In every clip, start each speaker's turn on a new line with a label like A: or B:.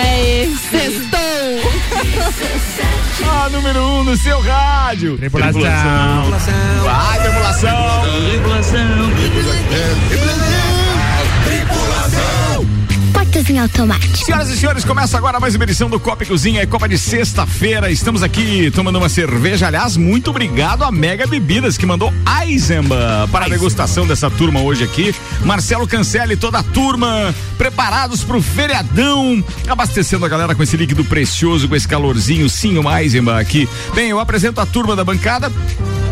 A: é A número 1 um no seu rádio.
B: Tripulação. Tripulação.
A: Vai, tripulação.
B: Tripulação.
A: Tripulação.
C: Portas em automático.
A: Senhoras e senhores, começa agora mais uma edição do Copa e Cozinha, é Copa de sexta-feira. Estamos aqui tomando uma cerveja. Aliás, muito obrigado a Mega Bebidas que mandou Eisenba para a degustação dessa turma hoje aqui. Marcelo Cancele, toda a turma, preparados para o feriadão, abastecendo a galera com esse líquido precioso, com esse calorzinho. Sim, uma Eisenba aqui. Bem, eu apresento a turma da bancada.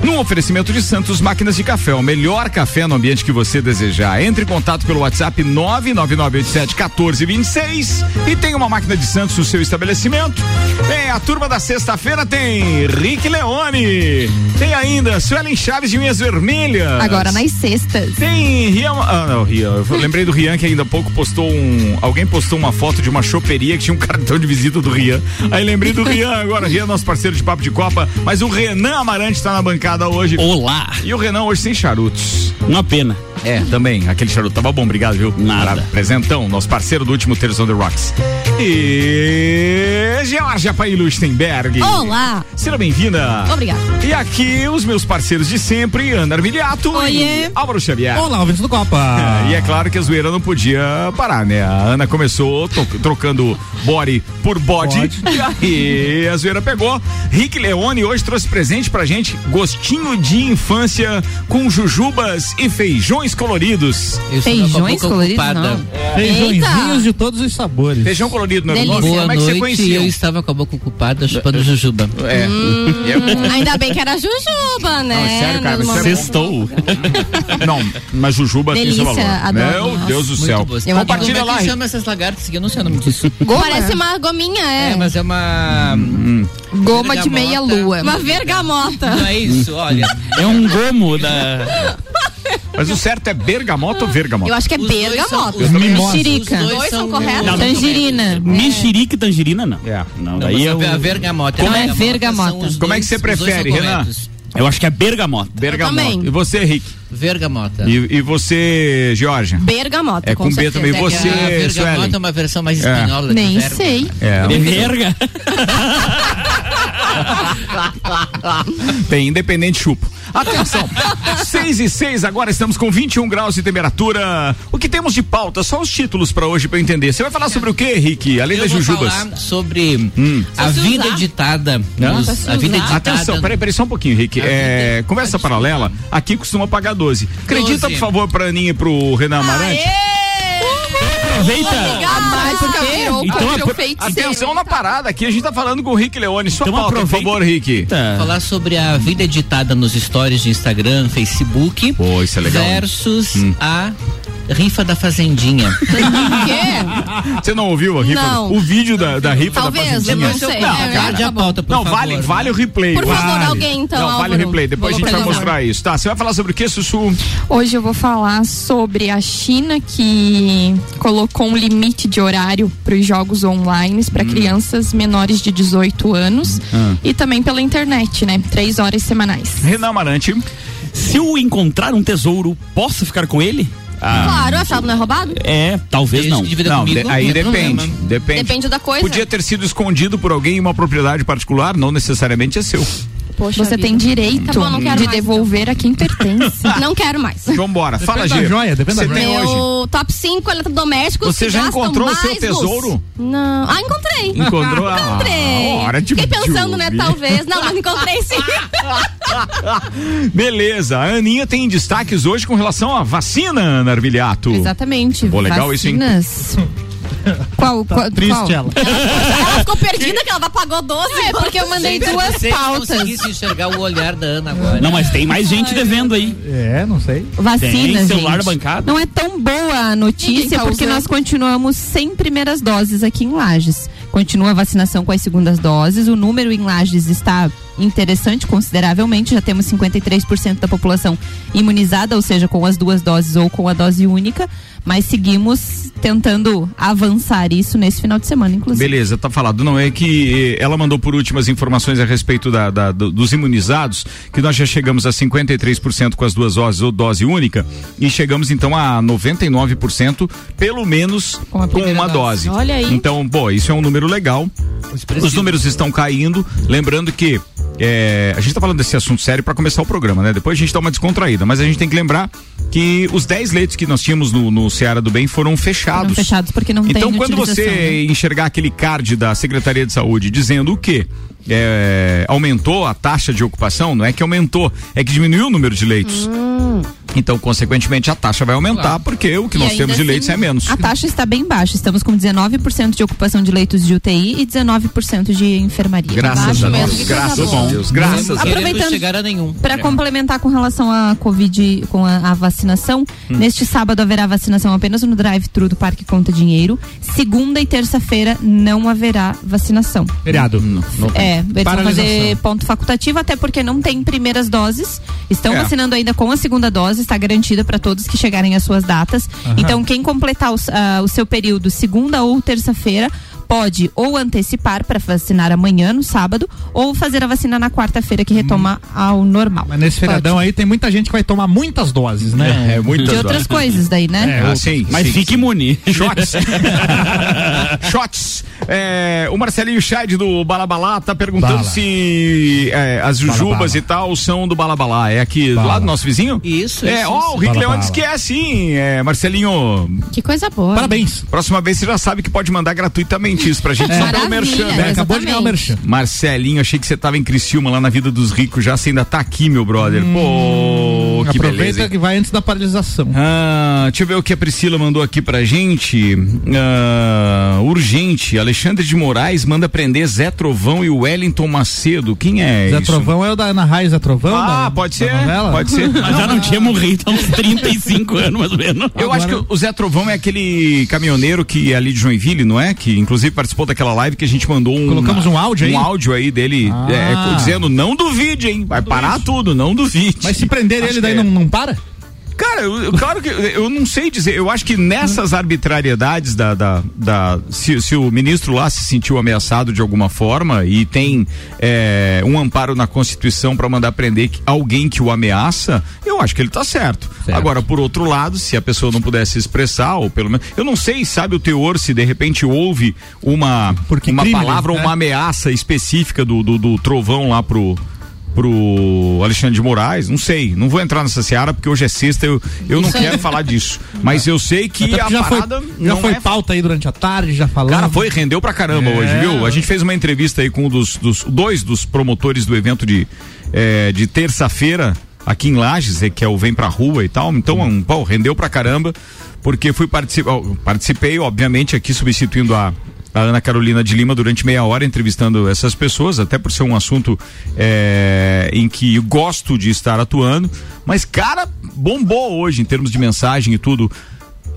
A: Num oferecimento de Santos Máquinas de Café, o melhor café no ambiente que você desejar. Entre em contato pelo WhatsApp 999871426 e tem uma máquina de Santos no seu estabelecimento. Tem a turma da sexta-feira, tem Rick Leone. Tem ainda Suelen Chaves de Unhas Vermelhas.
D: Agora nas sextas.
A: Tem Rian. Ah, não, Rian. Eu lembrei do Rian que ainda há pouco postou um. Alguém postou uma foto de uma choperia que tinha um cartão de visita do Rian. Aí lembrei do Rian agora. Rian, nosso parceiro de Papo de Copa. Mas o Renan Amarante tá na bancada hoje.
B: Olá.
A: E o Renan hoje sem charutos.
B: Uma pena.
A: É, também. Aquele charuto tava bom, obrigado, viu?
B: Nada.
A: Maravilha. Presentão, nosso parceiro do último Terço on the Rocks. E. Georgia Pai Lustenberg.
D: Olá.
A: Seja bem-vinda.
D: Obrigada.
A: E aqui os meus parceiros de sempre, Ana Armiliato
D: Oiê.
A: e Álvaro Xavier.
B: Olá, ouvintes do Copa.
A: É, E é claro que a zoeira não podia parar, né? A Ana começou to- trocando body por body.
B: Bode.
A: E aí a zoeira pegou. Rick Leone hoje trouxe presente pra gente gostinho de infância com jujubas e feijões coloridos.
E: Eu sou da
D: Feijões
E: boca
D: coloridos,
E: ocupada.
D: não.
B: Feijõezinhos de todos os sabores.
A: Feijão colorido, meu irmão.
D: Delícia.
E: Boa
A: Como é que você
E: noite,
A: conhecia?
E: eu estava com a boca ocupada chupando jujuba.
A: É.
D: Hum, Ainda bem que era Jujuba, né?
A: Não, é sério, cara,
D: Numa-
A: mas você Sextou. Não, mas jujuba
D: Delícia,
A: tem seu valor.
D: adoro,
A: meu
D: nossa.
A: Deus do
E: Muito
A: céu.
E: boa.
D: Eu
A: Compartilha
E: Como é
A: lá,
E: que
A: Rick.
E: chama essas lagartas? que Eu não sei o nome disso.
D: Parece uma gominha, é.
E: É, mas é uma...
A: Hum.
F: Goma de
E: Bergamota.
F: meia lua.
D: Uma vergamota.
E: Não é isso, olha.
B: É um gomo da.
A: Mas o certo é bergamota ou vergamota?
D: Eu acho que é
E: Os dois são-
D: bergamota.
E: os dois-
B: Mimosa.
F: Mexerica.
E: os
D: Dois são
E: são
D: corretos?
E: não,
F: Tangerina.
G: É.
B: Mexerica e tangerina, não.
A: É.
B: Não,
E: Não,
B: daí
E: mas
B: eu.
E: a vergamota.
F: Como é
E: a
F: vergamota?
E: são os
A: Como é que
E: dois-
A: você
E: os dois são
A: prefere, Renan?
E: corretos.
B: Eu acho que é bergamota.
A: Bergamota.
D: também.
A: E você, Rick?
E: Vergamota.
A: E, e você, Georgia?
D: Bergamota,
A: É com B
D: certeza.
A: também. Você,
E: a
A: Suelen?
E: vergamota é uma versão mais espanhola. de
F: Nem
E: verga.
F: sei.
A: É,
B: De verga.
A: tem independente chupo. Atenção, 6 e 6, agora estamos com 21 graus de temperatura. O que temos de pauta? Só os títulos pra hoje pra eu entender. Você vai falar sobre o que, Rick? Além
E: Eu
A: das
E: vou
A: jujubas. Hum.
E: falar sobre a
D: Só se
E: vida
D: usar.
E: editada.
A: Hã?
E: nos-
A: Só
F: Tá
D: se
E: a vida
D: usar.
E: editada.
A: Atenção, peraí, peraí, só um pouquinho, Rick.
E: Ah,
A: É,
E: entendi.
A: conversa
E: Desculpa.
A: paralela, aqui costuma pagar 12. Acredita,
E: 12.
A: por favor, pra Aninha e pro Renan Amarante?
B: Aproveita.
A: Ah,
F: A mágica virou,
B: Então,
F: virou
B: apro-
F: feiticeiro.
A: Atenção na parada aqui, a gente tá falando com o Rick Leone. Sua
B: Então
A: pauta, por
B: aproveita.
A: favor, Rick.
E: falar sobre a vida editada nos stories de Instagram, Facebook.
A: Pô, isso é legal, hein? Hum.
E: Versus a rifa da fazendinha.
F: Quê?
A: Você não ouviu a rifa?
F: Não.
A: O vídeo da, da rifa
F: Talvez,
A: da
F: eu
A: fazendinha?
F: não sei.
A: Não,
F: É,
A: cara.
E: Guarde a pauta, por
A: não,
E: favor.
A: vale, vale o replay.
F: Por
A: vale.
F: favor,
D: alguém, então,
A: Não, vale o
D: Álvaro.
A: replay. Depois
D: Vou
A: a gente vai
D: localizar.
A: mostrar isso. Tá, você vai falar sobre o que, Sussu?
F: Hoje eu vou falar sobre a China que colocou um limite de horário para os jogos online para crianças menores de 18 anos
B: Ah.
F: e também pela internet, né? Três horas semanais.
A: Renan Amarante.
B: Se eu encontrar um tesouro, posso ficar com ele? Ah.
D: Claro, a chave não é roubado?
B: É, talvez
E: Desde
B: não.
E: que divida
A: Não,
E: comigo,
A: de- aí
E: não tem
A: depende,
E: problema.
A: depende.
D: Depende da coisa.
A: Podia ter sido escondido por alguém em uma propriedade particular, não necessariamente é seu.
D: Poxa
F: Você
D: vida.
F: tem direito
D: Tá bom, não quero
F: de
D: mais,
F: devolver a quem pertence.
D: Não quero mais.
A: Vambora, fala,
B: da
A: Gê.
B: joia, depende da
A: Você
B: joia.
A: tem hoje.
D: Meu top 5 eletrodomésticos.
A: Você
D: que
A: já
D: gastam
A: encontrou o
D: mais
A: seu tesouro?
D: Luz. Não. Ah, encontrei.
A: Encontrou a
D: Encontrei.
A: hora de
D: Fiquei pensando, né?
A: ouvir.
D: Talvez. Não, mas encontrei sim.
A: Beleza, a Aninha tem destaques hoje com relação à vacina, Ana Armiliato.
F: Exatamente.
A: Pô, legal isso, hein?
F: Vacinas. Qual? qual qual?
B: Tá Triste ela.
D: Ela ficou perdida que ela vai pagou 12.
F: É porque eu mandei
E: Gente,
F: duas
E: vocês
F: pautas.
E: conseguissem enxergar o olhar da Ana agora.
B: Não, mas tem mais gente devendo aí.
G: É, não sei.
F: Vacina,
B: Tem celular
F: gente.
B: bancado?
F: Não é tão boa a
D: Ninguém
F: notícia
D: tá
F: porque
D: usando.
F: nós continuamos sem primeiras doses aqui em Lages. Continua a vacinação com as segundas doses. O número em Lages está
G: interessante, consideravelmente. Já temos 53% da população imunizada, ou seja, com as duas doses ou com a dose única. Mas seguimos tentando avançar isso nesse final de semana, inclusive.
A: Beleza, tá falado. Não, é que eh, ela mandou por último as informações a respeito da, da- do- dos imunizados, que nós já chegamos a 53% com as duas doses ou dose única, e chegamos então a 99%, pelo menos
G: Com a
A: com
G: primeira
A: uma dose.
G: dose.
A: Olha aí. Então, pô, isso é um número legal. Os números estão caindo. Lembrando que eh, a gente tá falando desse assunto sério para começar o programa, né? Depois a gente dá uma descontraída, mas a gente tem que lembrar que os 10 leitos que nós tínhamos no, no Seara do Bem foram fechados.
G: Foram fechados porque não
A: Então,
G: tem
A: quando você
G: utilização, né?
A: enxergar aquele card da Secretaria de Saúde dizendo que é, aumentou a taxa de ocupação, não é que aumentou, é que diminuiu o número de leitos.
E: Hum.
A: Então, consequentemente, a taxa vai aumentar, porque o que
E: E
A: nós
E: ainda
A: temos de
E: assim,
A: leitos é menos.
G: A taxa está bem baixa. Estamos com 19% de ocupação de leitos de UTI e 19% de enfermaria. Tá
A: Graças
D: baixo
A: a
D: mesmo,
A: Deus.
D: que coisa
A: Graças a
D: boa.
A: Deus. Graças a Deus.
E: Aproveitando.
G: Aproveitando-
E: chegar a nenhum. É.
G: Para complementar com relação à Covid, com a, a vacinação,
A: Hum.
G: neste sábado haverá vacinação apenas no drive-thru do Parque Conta Dinheiro. Segunda e terça-feira não haverá vacinação.
H: Feriado.
A: Hum,
G: É, eles vão
H: Paralisação.
G: fazer ponto facultativo, até porque não tem primeiras doses. Estão
A: É.
G: vacinando ainda com a segunda dose, está garantida para todos que chegarem às suas datas. Então, quem completar os- ah, o seu período segunda ou terça-feira. Pode ou antecipar para vacinar amanhã, no sábado, ou fazer a vacina na quarta-feira, que retoma
A: Hum.
G: ao normal.
H: Mas nesse feriadão aí tem muita gente que vai tomar muitas doses, né?
A: É, muitas
G: De outras
A: horas.
G: coisas daí, né?
H: É,
A: Ah,
H: o-
A: sim,
B: Mas
A: sim,
B: fique imune.
A: Shots. Shots. É, o Marcelinho Scheid do Balabalá tá perguntando
H: Bala.
A: se é, as jujubas
H: Bala.
A: e tal são do Balabalá. É aqui
H: Bala.
A: lá do nosso vizinho?
E: Isso,
A: É,
E: isso,
A: ó,
E: isso.
A: o Rick
H: Bala,
A: Leão
H: bala.
A: disse que é assim, é, Marcelinho.
D: Que coisa boa.
H: Parabéns.
A: Próxima vez você já sabe que pode mandar gratuitamente isso pra gente, só pelo
D: Maravilha.
A: merchan, né?
D: É.
H: Acabou de ganhar o merchan.
A: Marcelinho, achei que você tava em Criciúma, lá na Vida dos Ricos, já você ainda tá aqui, meu brother. Pô, que
H: Hum, Aproveita
A: beleza. hein?
H: que vai antes da paralisação.
A: Ah, deixa eu ver o que a Priscila mandou aqui pra gente. Ah, urgente, Alexandre de Moraes manda prender Zé Trovão e Wellington Macedo. Quem é
H: Zé
A: isso?
H: Trovão é o da Ana Raiz Zé Trovão?
A: Ah,
H: da-
A: pode então.
H: da
A: ser,
H: novela?
A: pode ser.
B: Mas já não tinha morrido há uns 35 anos, mais ou menos.
A: Eu
H: Agora-
A: acho que o Zé Trovão é aquele caminhoneiro que é ali de Joinville, não é? Que inclusive participou daquela live que a gente mandou um.
H: Colocamos um áudio aí?
A: Um áudio aí dele
H: Ah.
A: é, dizendo: não duvide, hein? Vai parar tudo, não duvide.
H: Mas se prender
A: Acho
H: ele,
A: que
H: daí
A: é.
H: não, não para?
A: Cara, eu, eu- claro que eu não sei dizer. Eu acho que nessas arbitrariedades da. da, da- se, se o ministro lá se sentiu ameaçado de alguma forma e tem é, um amparo na Constituição para mandar prender que- alguém que o ameaça, eu acho que ele tá certo. Agora, por outro lado, se a pessoa não pudesse se expressar, ou pelo menos. Eu não sei, sabe, o teor, se de repente houve uma,
H: Porque
A: uma
H: crimes,
A: palavra ou
H: né?
A: uma ameaça específica do, do, do trovão lá pro pro Alexandre de Moraes, não sei, não vou entrar nessa seara porque hoje é sexta, eu, eu não quero falar disso, mas eu sei que
H: Até
A: a
H: porque já foi,
A: parada
H: já
A: não
H: foi
A: é
H: pauta aí durante a tarde, já falamos.
A: Cara, foi, rendeu pra caramba
H: É.
A: hoje, viu? A gente fez uma entrevista aí com um dos, dos- dois dos promotores do evento de, eh, de terça-feira aqui em Lages, eh, que é o Vem Pra Rua e tal. Então, um, pô, rendeu pra caramba, porque fui participar, participei, obviamente, aqui substituindo a a Ana Carolina de Lima durante meia hora entrevistando essas pessoas, até por ser um assunto eh, em que eu gosto de estar atuando, mas cara, bombou hoje em termos de mensagem e tudo.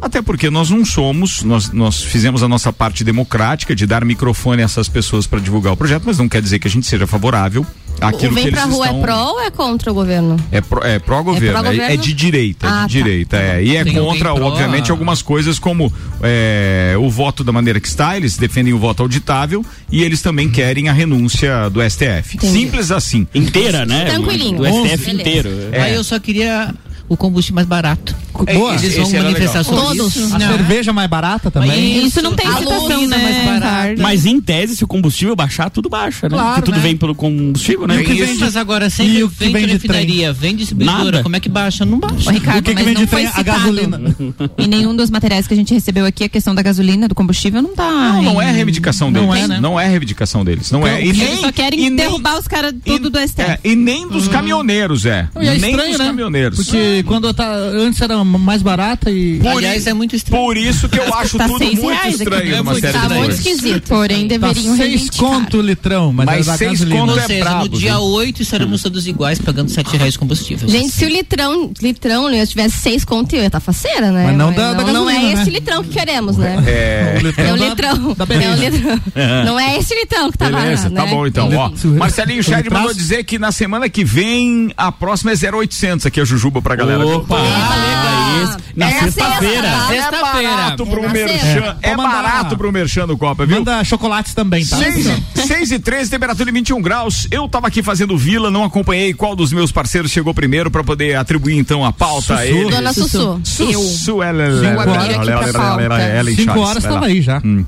A: Até porque nós não somos, nós, nós fizemos a nossa parte democrática de dar microfone a essas pessoas para divulgar o projeto, mas não quer dizer que a gente seja favorável àquilo
D: o Vem
A: que eles
D: Pra Rua
A: estão...
D: é pró ou é contra o governo?
A: É pró- é pró-governo, é,
D: pró-governo?
A: é de direita, é
D: Ah, tá.
A: de direita. é. E é
E: Tem alguém
A: contra,
E: pró-
A: obviamente, algumas coisas como é, o voto da maneira que está, eles defendem o voto auditável e eles também querem a renúncia do STF. Simples assim. É.
B: Inteira, né?
D: Tranquilinho.
B: O STF
D: Beleza.
B: inteiro.
E: Aí eu só queria o combustível mais barato.
B: É,
H: Boa.
E: Eles
A: Esse
E: vão
A: era
E: manifestar
A: legal.
E: sobre
D: Todos.
E: isso.
H: A cerveja mais barata também.
G: Isso não tem
D: A
G: citação,
D: luz
E: tá
G: né?
D: é mais
G: Ricardo?
B: Mas em tese, se o combustível baixar, tudo baixa, né?
H: Claro,
B: Porque tudo
H: né?
B: vem pelo combustível, né?
A: Vem
E: O que
A: isso.
E: vende mas agora sempre
H: E o que
E: vem
H: vende de
E: refinaria, vem distribuidora,
B: Nada.
E: como é que baixa? Não
G: Ô,
E: baixa.
G: Ricardo,
H: O que que
G: mas
H: vende
G: não foi
H: tem a
G: citado
H: gasolina?
G: Em nenhum dos materiais que a gente recebeu aqui, a questão da gasolina, do combustível, não tá.
A: Não, não é
G: em-
A: reivindicação
G: Não
A: deles.
G: é, né? Então,
A: Não é reivindicação deles. Não
D: um
A: é. E
G: Eles
A: nem-
G: só
A: e
G: querem
A: nem-
G: derrubar os caras tudo do Hum. STF.
A: É, e nem dos caminhoneiros, é.
H: E é
A: nem
H: estranho,
A: dos
H: né?
A: caminhoneiros.
H: Porque e quando tá, antes era mais barata e.
A: Por
E: Aliás,
A: isso-
E: é muito estranho.
A: Por isso que eu acho
G: Tá
A: tudo
G: seis
A: muito
G: reais aqui,
A: estranho
E: né?
A: numa
E: Muito-
A: série
E: tá
A: de
E: muito
A: coisas.
D: Esquisito.
F: Porém,
H: Tá
F: deveriam
H: seis
F: reivindicar.
H: conto o litrão, mas,
A: Mas
H: é da
A: seis
H: gasolina.
A: conto
E: Ou
A: é
E: seja,
A: brabo,
E: no dia
A: viu?
E: 8 estaremos todos iguais pagando 7 reais de combustível.
D: Gente, se o litrão, litrão né, eu tivesse seis conto, eu ia estar faceira, né?
H: Mas não da- da
D: não é
H: gasolina, né?
D: esse litrão que queremos, né?
A: É.
H: O litrão
D: É o
H: da-
D: litrão.
H: da
D: é o
H: beleza.
D: litrão. Não é esse litrão que tá
A: Beleza,
D: lá,
A: tá
D: né?
A: bom então. Ó,
H: Isso.
A: Marcelinho Chad
H: Traço.
A: mandou dizer que na semana que vem a próxima é 0800 aqui a Jujuba pra galera.
B: Opa,
D: Ah,
B: ah, legal isso. Na
D: é
B: sexta-feira.
D: sexta, tá?
E: Sexta-feira.
A: É barato pro
D: É na
A: merchan, é
H: Pode mandar.
A: barato pro merchan do Copa, viu?
H: Manda chocolates também, tá?
A: 6 e 13, temperatura de 21 graus. Eu tava aqui fazendo vila, não acompanhei qual dos meus parceiros chegou primeiro pra poder atribuir então a pauta a ele.
D: Dona Sussu.
A: Sussu, ela,
H: Cinco horas. Cinco horas tava aí já.
A: Hum.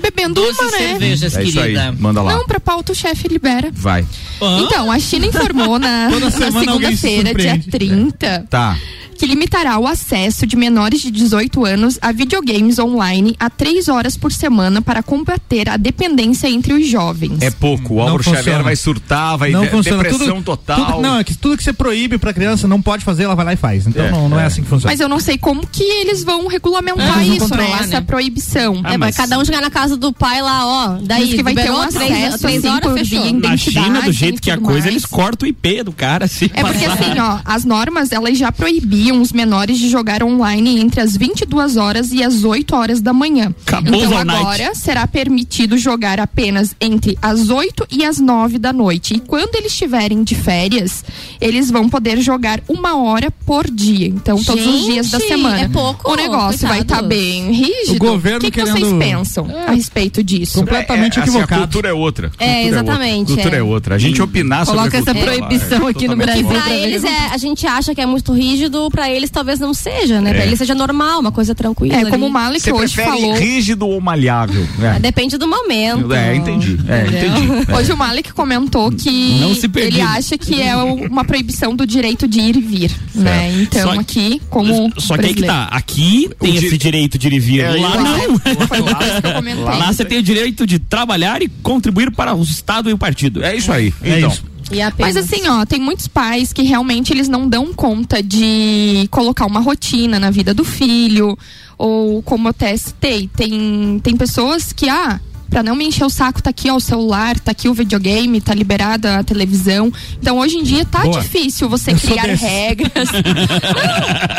F: Bebendo
E: 12
F: uma, né?
E: cervejas,
A: É isso aí,
E: querida.
A: manda lá.
F: Não, pra pauta o chefe libera.
A: Vai.
F: Então, a China informou na,
H: Toda
F: na
H: semana alguém se
F: segunda-feira, dia
H: surpreende.
F: 30,
A: Tá.
F: que limitará o acesso de menores de 18 anos a videogames online a 3 horas por semana para combater a dependência entre os jovens.
A: É pouco. O Álvaro
H: funciona.
A: Xavier vai surtar, vai
H: Não
A: de-
H: funciona.
A: depressão
H: tudo,
A: total.
H: tudo- não, é que tudo que você proíbe pra criança não pode fazer, ela vai lá e faz. Então
A: É,
H: não, não é.
A: é.
H: assim que funciona.
F: Mas eu não sei como que eles vão
D: Ah,
F: regulamentar
H: eles vão
F: isso, né?
H: controlar,
F: Essa proibição.
D: É, vai cada um jogar na casa do pai lá, ó. Daí
F: Diz que vai ter
D: liberou
F: um
D: três-
F: acesso
D: três
F: assim,
D: horas,
F: por via
D: fechou.
B: Na
F: Identidade,
B: China, do jeito que a
F: tudo
B: coisa,
F: mais.
B: eles cortam o IP do cara. "Ah, Se
F: É porque assim, ó, as normas elas já proibiam os menores de jogar online entre as 22 horas e as 8 horas da manhã.
B: Acabou os
F: então
B: all night.
F: agora será permitido jogar apenas entre as 8 e as 9 da noite. E quando eles estiverem de férias, eles vão poder jogar uma hora por dia. Então todos os
D: Gente,
F: dias da semana.
D: é pouco,
F: O negócio vai estar
D: coitados.
F: bem rígido.
H: O governo
F: que, que vocês
H: querendo-
F: pensam a respeito disso?
H: Completamente
A: É, é, assim,
H: equivocado.
A: a cultura é outra.
D: É,
A: Cultura outra.
D: exatamente,
A: cultura é.
D: é.
A: outra. A gente opinar sobre
G: Coloca
A: a
G: essa
A: cultura, ela
G: proibição
A: é
G: aqui no
A: totalmente
G: Brasil.
A: fora.
D: Pra eles é, a gente acha que é muito rígido, pra eles talvez não seja, né?
A: É.
D: Pra eles seja normal, uma coisa tranquila.
F: É, como o
D: ali.
F: Malik
A: Você
F: hoje
A: prefere
F: falou.
A: rígido ou malhável? É,
D: Depende do momento.
A: é entendi. É, entendi.
F: Hoje o Malik comentou que
B: Não se perdi.
F: ele acha que é o- uma proibição do direito de ir e vir, né? Então
B: Só-
F: aqui, como
B: Só que aí que
F: brasileiro.
B: tá. Aqui tem
A: di-
B: esse direito de ir e vir.
A: É,
B: lá
A: lá-
B: não.
F: Foi por isso que eu comentei.
B: Lá você tem o direito de trabalhar e contribuir para o Estado e o partido.
A: É isso aí.
H: É
A: então.
H: isso.
D: E apenas.
F: Mas assim, ó, tem muitos pais que realmente eles não dão conta de colocar uma rotina na vida do filho, ou como eu até citei, tem, tem pessoas que, ah, pra não me encher o saco, tá aqui ó, o celular, tá aqui o videogame, tá liberada a televisão. Então hoje em dia tá
H: Boa.
F: difícil você
H: Eu sou
F: criar
H: desse.
F: regras.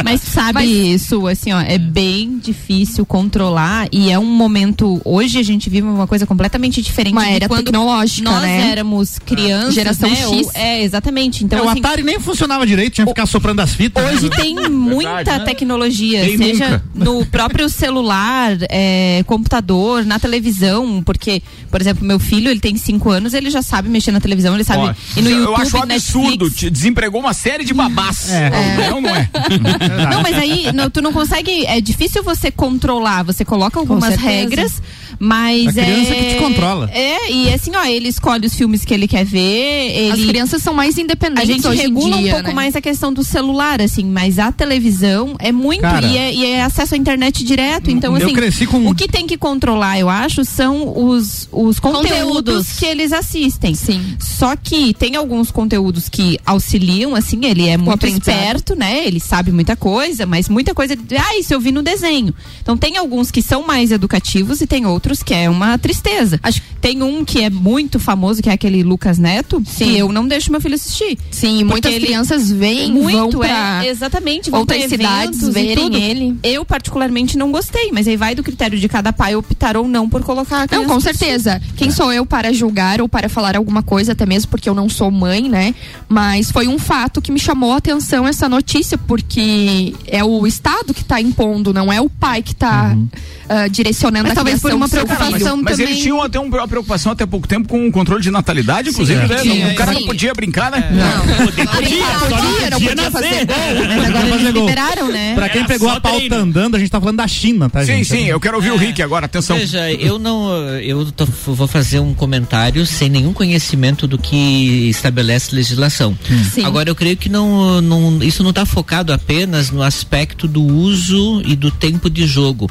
G: Mas sabe isso, assim, ó, é bem difícil controlar e é um momento. Hoje a gente vive uma coisa completamente diferente
F: Uma
G: de
F: era
G: quando
F: tecnológica,
G: nós
F: né?
G: éramos crianças.
F: Geração
G: né,
F: X.
G: ou- é, exatamente. Então,
H: o
G: assim,
H: Atari nem funcionava direito, tinha que ficar soprando as fitas.
G: Hoje tem muita
F: né?
A: né?
G: tecnologia,
A: Quem
G: seja
A: nunca?
G: no próprio celular, é, computador, na televisão, porque, por exemplo, meu filho, ele tem cinco anos, ele já sabe mexer na televisão, ele sabe
A: Ó,
G: e no YouTube,
A: É. eu acho um absurdo.
G: Netflix.
A: te Desempregou uma série de babás.
H: É.
A: Não, não é.
G: Não, mas aí não, tu não consegue, é difícil você controlar, você coloca algumas
D: certeza.
G: regras, mas
H: A criança
G: é
H: que te controla.
G: É, e assim, ó, ele escolhe os filmes que ele quer ver,
F: As
G: ele
F: crianças são mais
G: A
F: independentes
G: gente
F: hoje em
G: regula
F: dia,
G: um pouco
F: né?
G: mais a questão do celular, assim, mas a televisão é muito
H: Cara,
G: e, é, e é acesso à internet direto. Então,
H: eu
G: assim,
H: cresci com-
G: o que tem que controlar, eu acho, são os, os conteúdos,
D: Conteúdos.
G: que eles assistem.
F: Sim.
G: Só que tem alguns conteúdos que auxiliam, assim, ele é muito
F: aprendizado.
G: esperto, né? Ele sabe muita coisa, mas muita coisa. Ele, ah, isso eu vi no desenho. Então tem alguns que são mais educativos e tem outros que é uma tristeza. Acho que tem um que é muito famoso, que é aquele Lucas Neto, que eu não deixo meu filho assistir.
F: Sim, e muitas
G: ele-
F: crianças vêm, vão
G: Muito,
F: pra...
G: é, exatamente. Vão
F: outras
G: pra
F: cidades
G: eventos e
F: verem
G: tudo.
F: ele.
G: Eu, particularmente, não gostei, mas aí vai do critério de cada pai optar ou não por colocar a
F: Não,
G: criança
F: com
G: pra assistir.
F: certeza. Quem sou eu para julgar ou para falar alguma coisa, até mesmo porque eu não sou mãe, né? Mas foi um fato que me chamou a atenção essa notícia, porque é o Estado que está impondo, não é o pai que está direcionando
G: Mas
F: a
G: talvez por
F: criação
G: uma
F: do seu
G: preocupação
F: filho.
A: Mas,
G: Então,
A: mas
G: também-
A: eles tinham até um- uma preocupação até pouco tempo com o controle de natalidade, inclusive, né?
E: Sim,
A: Não, o cara
E: sim.
A: não podia brincar, né?
B: Podia, só não
F: Podia, não podia fazer gol.
G: Mas agora
H: Mas
G: eles
H: negou.
G: liberaram, né?
H: Pra quem
B: Era
H: pegou
B: só
H: a pauta
B: treino.
H: andando, a gente tá falando da China, tá,
A: Sim,
H: gente?
A: sim, eu quero ouvir
D: É.
A: o Rick agora, atenção.
E: É, Veja, eu não. Eu tô- vou fazer um comentário sem nenhum conhecimento do que estabelece legislação.
F: Sim.
E: Agora, eu creio que não, não- isso não está focado apenas no aspecto do uso e do tempo de jogo.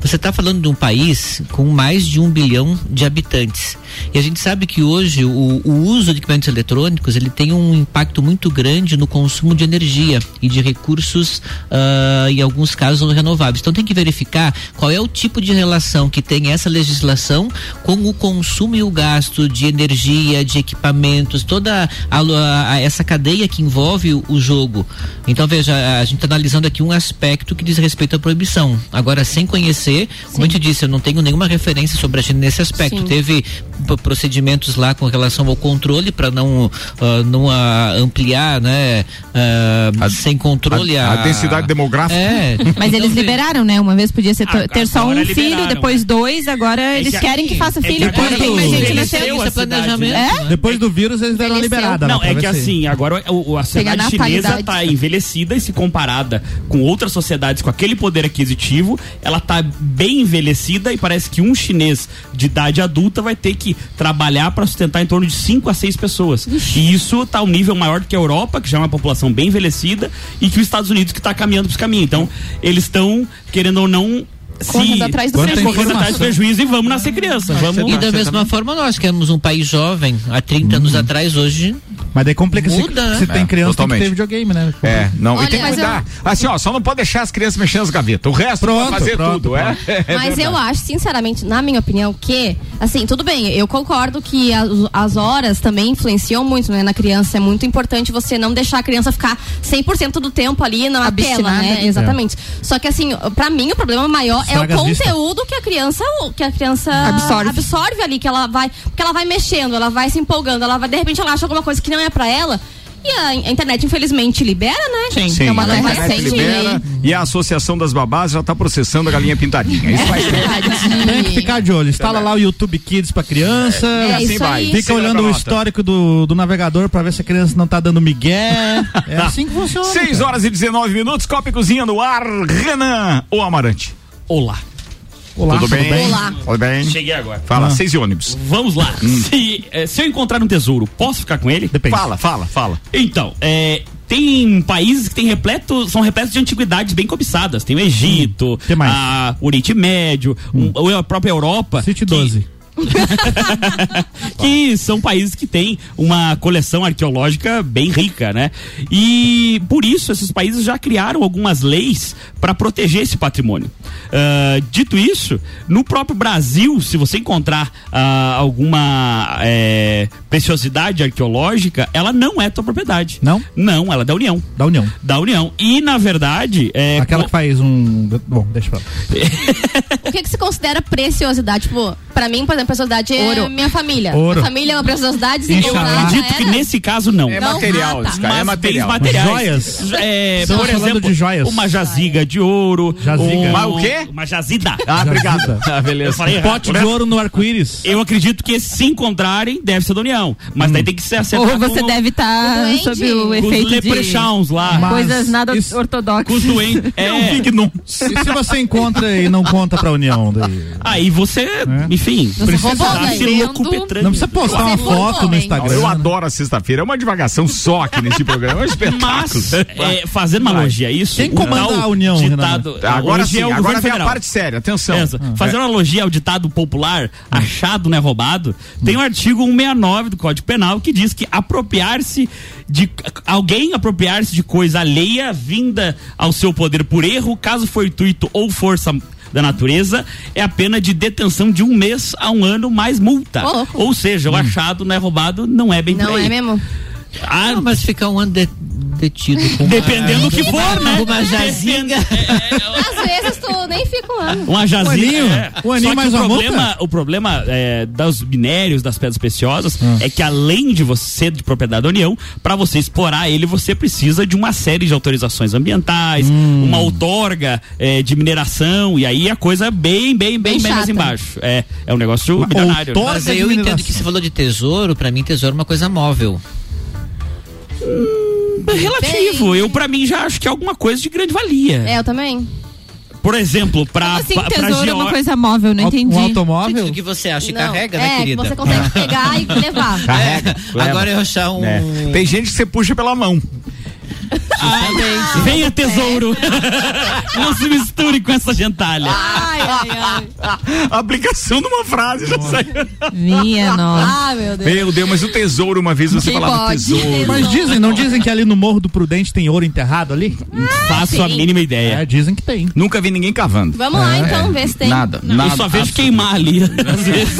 E: Você está tá falando de um país com mais de um bilhão de habitantes. E a gente sabe que hoje o, o uso de equipamentos eletrônicos ele tem um impacto muito grande no consumo de energia e de recursos, ah, em alguns casos, não renováveis. Então tem que verificar qual é o tipo de relação que tem essa legislação com o consumo e o gasto de energia, de equipamentos, toda a lo- a- a- essa cadeia que envolve o, o jogo. Então veja, a gente está analisando aqui um aspecto que diz respeito à proibição. Agora, sem conhecer, como eu te disse, eu não tenho nenhuma referência sobre a China nesse aspecto.
D: Sim.
E: Teve p- procedimentos lá com relação ao controle para não, ah, não ah, ampliar, né? ah,
A: A-
E: sem controle
A: a- a densidade demográfica.
E: É.
G: Mas eles liberaram, né? Uma vez podia ser to- ter só
B: Então,
G: um
B: Agora
G: filho,
B: liberaram,
G: depois dois, agora eles
B: que-
G: querem que faça
B: é que
G: filho.
B: agora
G: porque
B: tem
G: mais
B: mais
G: gente
B: gente
G: nascendo.
B: nasceu a cidade,
E: planejamento.
B: né?
G: É?
H: Depois do vírus, eles deram a
F: Envelheceu.
H: liberada.
B: Não,
H: lá, pra
B: é
H: ver
B: que
H: se-
B: assim, agora o, o- a sociedade chinesa
F: natalidade.
B: tá envelhecida e se comparada com outras sociedades com aquele poder aquisitivo, ela tá bem envelhecida e parece que um chinês de idade adulta vai ter que trabalhar para sustentar em torno de 5 a 6 pessoas. E isso tá um nível maior do que a Europa, que já é uma população bem envelhecida, e que os Estados Unidos que tá caminhando para esse caminho. Então, eles estão, querendo ou não, se
F: Correndo atrás do
H: Quanta
F: prejuízo.
B: correndo atrás do prejuízo e vamos nascer criança. Vamos
H: tá
E: E da mesma
H: né?
E: forma, nós que éramos um país jovem há 30 anos atrás, hoje.
H: Mas daí complica se,
E: Muda, né?
H: se tem
A: Uhum. É,
H: criança
A: totalmente.
H: tem que ter videogame, né?
A: É, não, e
D: Olha,
A: tem que
D: mas
A: cuidar. Assim, ó, só não pode deixar as crianças mexendo as gavetas. O resto
H: Pronto,
A: pode fazer
H: pronto,
A: tudo, é? É
D: Mas
A: verdade.
D: eu acho, sinceramente, na minha opinião, que, assim, tudo bem, eu concordo que as, as horas também influenciam muito, né, na criança. É muito importante você não deixar a criança ficar 100% do tempo ali na
F: Abstinada,
D: tela, né?
F: né?
D: Exatamente. Só que, assim, pra mim, o problema maior
H: Estraga
D: é o
H: as vistas.
D: conteúdo que a criança que a criança
F: Absorve.
D: absorve ali, que ela vai, porque ela vai mexendo, ela vai se empolgando, ela vai, de repente, ela acha alguma coisa que não é pra ela. E a, a internet, infelizmente, libera, né?
A: Sim,
F: É uma
A: a
F: lei
A: internet
F: recente,
A: libera,
F: né?
A: e a Associação das Babás já tá processando a galinha pintadinha. Isso faz
D: é
A: tempo.
H: Tem que ficar de olho. Instala lá o YouTube Kids pra criança.
D: É,
A: É assim
D: isso
A: vai.
D: aí.
A: Sim,
H: Fica olhando o
A: Lorota.
H: histórico do, do navegador pra ver se a criança não tá dando migué. É assim que funciona.
A: 6
H: cara.
A: horas e 19 minutos, Copa e Cozinha no ar, Renan ou Amarante.
B: Olá. Ah.
H: Olá,
A: tudo bem? Hum.
D: Olá.
A: Tudo bem?
B: Cheguei agora.
A: Fala, seis e ônibus. Hum.
B: Vamos lá. Se, eh, se eu encontrar um tesouro, posso ficar com ele?
H: Depende.
A: Fala, fala, fala.
B: Então, é, tem países que tem repleto, são repletos de antiguidades bem cobiçadas.
A: Hum.
B: Tem o Egito,
H: Que mais?
B: a- o Oriente Médio, um- a própria Europa.
H: City
B: que-
H: 12.
B: que são países que têm uma coleção arqueológica bem rica, né? E por isso esses países já criaram algumas leis para proteger esse patrimônio. Ah, dito isso, no próprio Brasil, se você encontrar ah, alguma eh, preciosidade arqueológica, ela não é tua propriedade.
H: Não?
B: Não, ela é da União.
H: Da União.
B: Da União. E, na verdade. É,
H: Aquela
B: co-
H: que faz um. Bom, deixa pra lá.
D: O que, que se considera preciosidade? Tipo, pra mim, por exemplo, preciosidade é
F: Ouro.
D: minha família.
H: Ouro.
D: Minha família é uma preciosidade, se
H: Inxalá.
D: encontrar, já
B: Acredito que
D: era.
B: nesse caso não.
A: É
D: Não,
A: material,
D: mata.
A: esse cara, é
B: Mas bens
A: material.
B: materiais.
H: Joias?
B: É,
H: Estamos
B: por
H: falando
B: exemplo,
H: de joias.
B: uma jaziga de ouro.
H: Jaziga.
B: um-
A: Mas o quê?
B: Uma jazida.
A: Ah, obrigado.
H: Jaziga.
A: Ah, beleza.
B: Eu falei errado.
H: Pote de ouro no arco-íris. Hum.
B: Eu acredito que se encontrarem, deve ser da União. Mas daí tem que ser acertado
G: Ou você
B: com,
G: deve estar
D: Doente.
G: sob o
B: com os
G: efeito de
B: leprechauns lá.
H: Mas
G: coisas nada
H: isso-
B: Com os
G: ortodoxas.
B: duendes. É,
A: um
H: E se você encontra e não conta pra União? Daí?
A: Ah,
B: Aí você, enfim,
D: roubou
B: precisa
D: alguém
B: se
D: vendo.
B: locupetrando.
H: É. Não precisa postar uma
D: Você foi
H: foto no
D: homem.
H: Instagram.
A: Eu
H: né?
A: adoro a sexta-feira, é uma divagação só aqui nesse programa, é um espetáculo.
B: Mas, é, fazendo uma analogia a isso,
H: Quem
B: o
H: comanda
B: tal
H: a União,
B: ditado,
A: Tá, Agora
B: hoje
A: sim,
B: é o
A: agora
B: governo
A: vem a
B: federal.
A: parte séria, atenção. É. Hum.
B: Essa. Fazendo analogia ao ditado popular, achado não é roubado, tem o artigo 169 do Código Penal que diz que apropriar-se de. alguém apropriar-se de coisa alheia vinda ao seu poder por erro, caso fortuito ou força da natureza, é a pena de detenção de um mês a um ano mais multa.
D: Ô, louco.
B: Ou seja,
A: Hum.
B: o achado não é roubado, não é bem por
D: Não
B: aí.
D: é mesmo?
B: Ah,
E: Ah, mas ficar um ano de- detido com uma-
B: Dependendo do que
E: com
B: for, né?
E: Uma
A: É,
E: jazinga.
D: Às vezes tu nem fica um ano.
B: Uma jazinha.
H: aninho?
B: é.
H: Um aninho
B: Só que
H: mais
B: o
H: uma
B: problema,
H: multa?
B: O problema é, dos minérios, das pedras preciosas,
H: Ah.
B: é que além de você ser de propriedade da União, para você explorar ele, você precisa de uma série de autorizações ambientais,
H: Hum.
B: uma outorga é, de mineração, e aí a coisa é bem, bem, bem, bem
D: Bem
B: mais
D: chata.
B: embaixo. É, é um negócio
H: Uma
B: milionário.
H: outorga?
E: Mas
H: Porta de
E: eu entendo
H: mineração.
E: que você falou de tesouro, pra mim tesouro é uma coisa móvel.
B: É relativo. Eu, para mim, já acho que é alguma coisa de grande valia.
D: É, eu também.
B: Por exemplo, para
G: Como assim
B: pra, pra
G: tesouro é uma
B: Geórgia-
G: coisa móvel? Não entendi.
H: Um
E: Tudo
H: automóvel?
E: que você acha e
D: Não.
E: carrega,
D: é,
E: né,
D: que
E: querida?
D: você consegue pegar e levar.
B: É.
A: Carrega.
E: Agora eu achar um.
A: É. Tem gente que você puxa pela mão.
B: Venha, tesouro! Não se misture com essa gentalha.
D: Ai, ai, ai.
A: A aplicação de uma frase já saiu.
G: Minha nossa.
D: Ah, meu Deus.
A: Meu Deus, mas o tesouro, uma vez você
D: Quem
A: falava
D: pode?
A: tesouro.
H: Mas dizem, né? não dizem que ali no Morro do Prudente tem ouro enterrado ali?
D: Ah,
B: Faço a mínima ideia.
H: É, dizem que tem. É.
A: Nunca vi ninguém cavando.
D: Vamos lá então, ver se tem.
A: Nada, nada.
B: Eu só vejo
A: absoluto.
B: queimar ali, às vezes.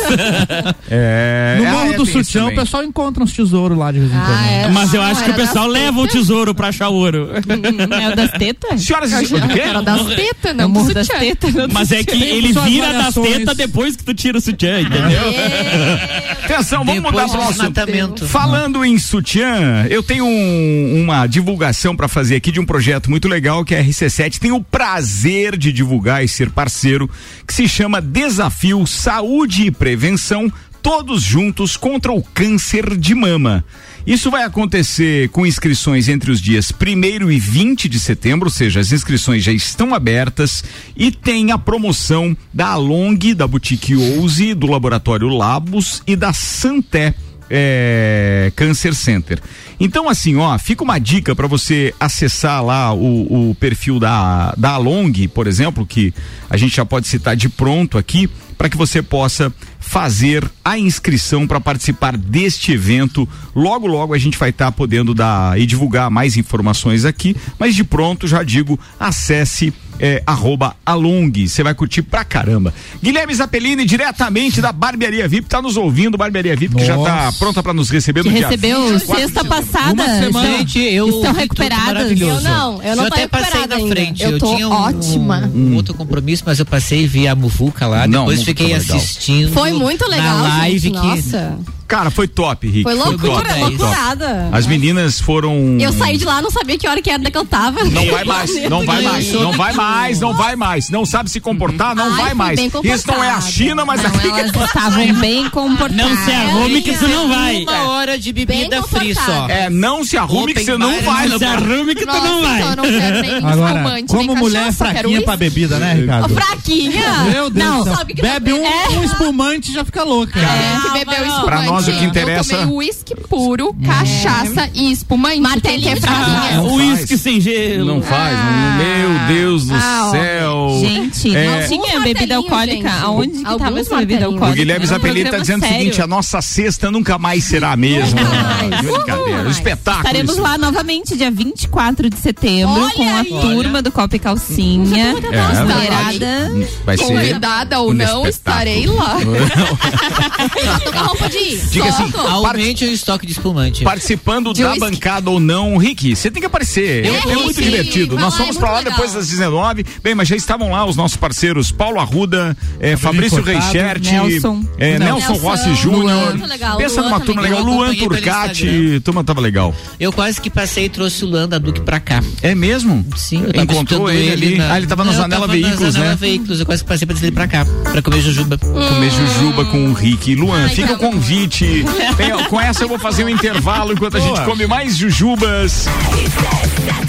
A: É,
H: No
A: ah,
H: Morro
A: é,
H: do
A: tem isso
H: Sutiã, o
A: também.
H: pessoal encontra uns tesouros lá de vez em quando.
D: Ah, é.
B: Mas eu
D: Ah,
B: acho que o
D: era das
B: pessoal leva o tesouro pra achar ouro.
G: É o das tetas?
A: Senhoras e senhores, o quê?
D: Era das tetas,
G: É o
D: não
G: morro
D: do
G: das
D: sutiã.
G: tetas. não do
B: Mas é que
G: sutiã.
B: ele
H: suas
B: vira das
H: variações.
B: tetas depois que tu tira o sutiã, entendeu?
D: É.
A: Atenção, vamos mudar
E: Depois
A: pro
E: do
A: nosso.
E: desmatamento.
A: Falando em sutiã, eu tenho um- uma divulgação para fazer aqui de um projeto muito legal que a RC7 tem o prazer de divulgar e ser parceiro, que se chama Desafio Saúde e Prevenção. Todos juntos contra o câncer de mama. Isso vai acontecer com inscrições entre os dias 1 e 20 de setembro, ou seja, as inscrições já estão abertas e tem a promoção da Along, da Boutique Ouse, do Laboratório Labos e da Santé é, Cancer Center. Então, assim, ó, fica uma dica para você acessar lá o, o perfil da, da Along, por exemplo, que a gente já pode citar de pronto aqui, para que você possa fazer a inscrição para participar deste evento. Logo, logo a gente vai estar podendo dar e divulgar mais informações aqui, mas de pronto já digo, acesse é, arroba Along. Você vai curtir pra caramba. Guilherme Zappellini, diretamente da Barbearia VIP, tá nos ouvindo, Barbearia VIP, que já tá
H: Nossa.
A: pronta pra nos receber
G: Que
A: no dia
G: recebeu
A: 24 de
G: sexta
A: setembro.
G: passada. Então-
E: Gente, eu
G: estão
E: vi tudo
G: recuperadas?
E: maravilhoso.
D: Eu não, eu não tô
E: até passei
D: recuperada
E: na
D: ainda.
E: frente.
D: Eu tô
E: tinha um,
D: ótima.
E: um outro compromisso, mas eu passei e vi a Muvuca lá.
A: Não,
E: depois
A: Muvuca
E: fiquei
A: foi legal.
E: assistindo.
D: Foi muito legal,
E: na live
D: gente.
E: que
D: Nossa.
A: Cara, foi top, Rick.
D: Foi
E: loucura,
A: top,
E: loucura.
A: top.
D: loucurada.
A: As meninas foram.
D: Eu saí de lá, não sabia que hora que era onde é que eu tava.
A: Não vai mais, não vai
E: Deus.
A: mais, não vai mais, não vai mais. Não sabe se comportar, não
D: Ai,
A: vai
D: fui
A: mais.
D: bem
A: Isso não é a
D: comportada.
A: China, mas aqui.
G: Elas estavam bem comportadas.
B: Não se
E: É,
B: arrume que isso não vai.
E: Uma hora de
D: Bem
E: bebida free só.
D: confortável.
A: É, não se arrume que
E: Open
A: você não
E: bar, né?
A: vai.
B: Não se arrume que tu não vai.
F: Nossa, então não serve nem
H: Agora,
F: espumante,
H: como
F: nem
H: mulher é
F: cachaça, quero
H: fraquinha
F: uísque.
H: pra bebida, né, Ricardo?
D: Fraquinha.
H: Meu Deus
D: Não,
H: do céu.
D: sabe que
H: Bebe um,
D: É.
H: um espumante e já fica louca.
F: Tem que beber o espumante.
A: É. Pra nós o que interessa-
F: Eu tomei uísque
H: Hum.
F: puro, cachaça e espumante. Tem que
D: Martelinho
F: é
D: de
H: Ah.
F: fraquinha.
A: não
B: O
A: faz.
B: um uísque sem gelo.
A: Não faz, meu Deus do
G: Ah, ó.
A: céu.
G: Gente,
A: É.
G: não tinha bebida
D: Um Martelinho,
G: alcoólica.
D: gente.
G: Aonde que
D: Alguns
G: tava essa bebida
D: martelinhos.
A: O
G: alcoólica?
A: Guilherme
G: Era um
A: Zappellini tá
G: programa
A: dizendo o
G: sério.
A: seguinte: a nossa sexta nunca mais será a mesma. é Brincadeira, um Espetáculo.
G: Estaremos
A: isso.
G: lá novamente dia 24 de setembro
D: Olha
G: com a
D: aí.
G: turma do Copa e Calcinha.
A: É, é verdade.
G: Mulherada.
A: Vai ser.
F: Convidada ou
A: um
F: não,
A: espetáculo.
F: estarei lá.
D: Tô com a roupa de ir.
A: Diga assim,
D: Solto.
E: Aumente o estoque de espumante.
A: Participando da
F: uísque.
A: bancada ou não, Rick, você tem que aparecer. É,
D: É,
A: é muito
D: Rick,
A: divertido.
D: vai
A: Nós
D: lá,
A: fomos
D: é
A: pra
D: muito
A: lá
D: legal.
A: depois das 19. Bem, mas já estavam lá os nossos parceiros Paulo Arruda, eh, Fabrício
H: Cortado,
A: Reichert,
G: Nelson.
A: eh,
G: Não.
A: Nelson
D: Nelson,
A: Rossi Júnior.
D: muito legal.
A: Pensa
D: Luan
A: numa
D: também.
A: turma legal.
E: Eu
A: Luan
E: acompanhei pelo
A: Turcati,
E: Instagram.
A: turma tava legal.
E: Eu quase que passei e trouxe o Landa Duque pra cá.
A: É mesmo?
E: Sim, eu tava
A: Encontrou
E: escutando
A: ele, ali.
E: na-
A: Ah, ele tava na
E: Não, eu
A: Zanela
E: tava
A: Veículos, né?
E: Zanela
A: Tá
E: Veículos, eu quase que passei pra trazer ele pra cá, pra comer jujuba.
A: Comer jujuba com o Rick. Luan,
D: Ai,
A: fica o
D: tá bom.
A: convite. Bem, ó, com essa eu vou fazer um intervalo enquanto a gente come mais jujubas.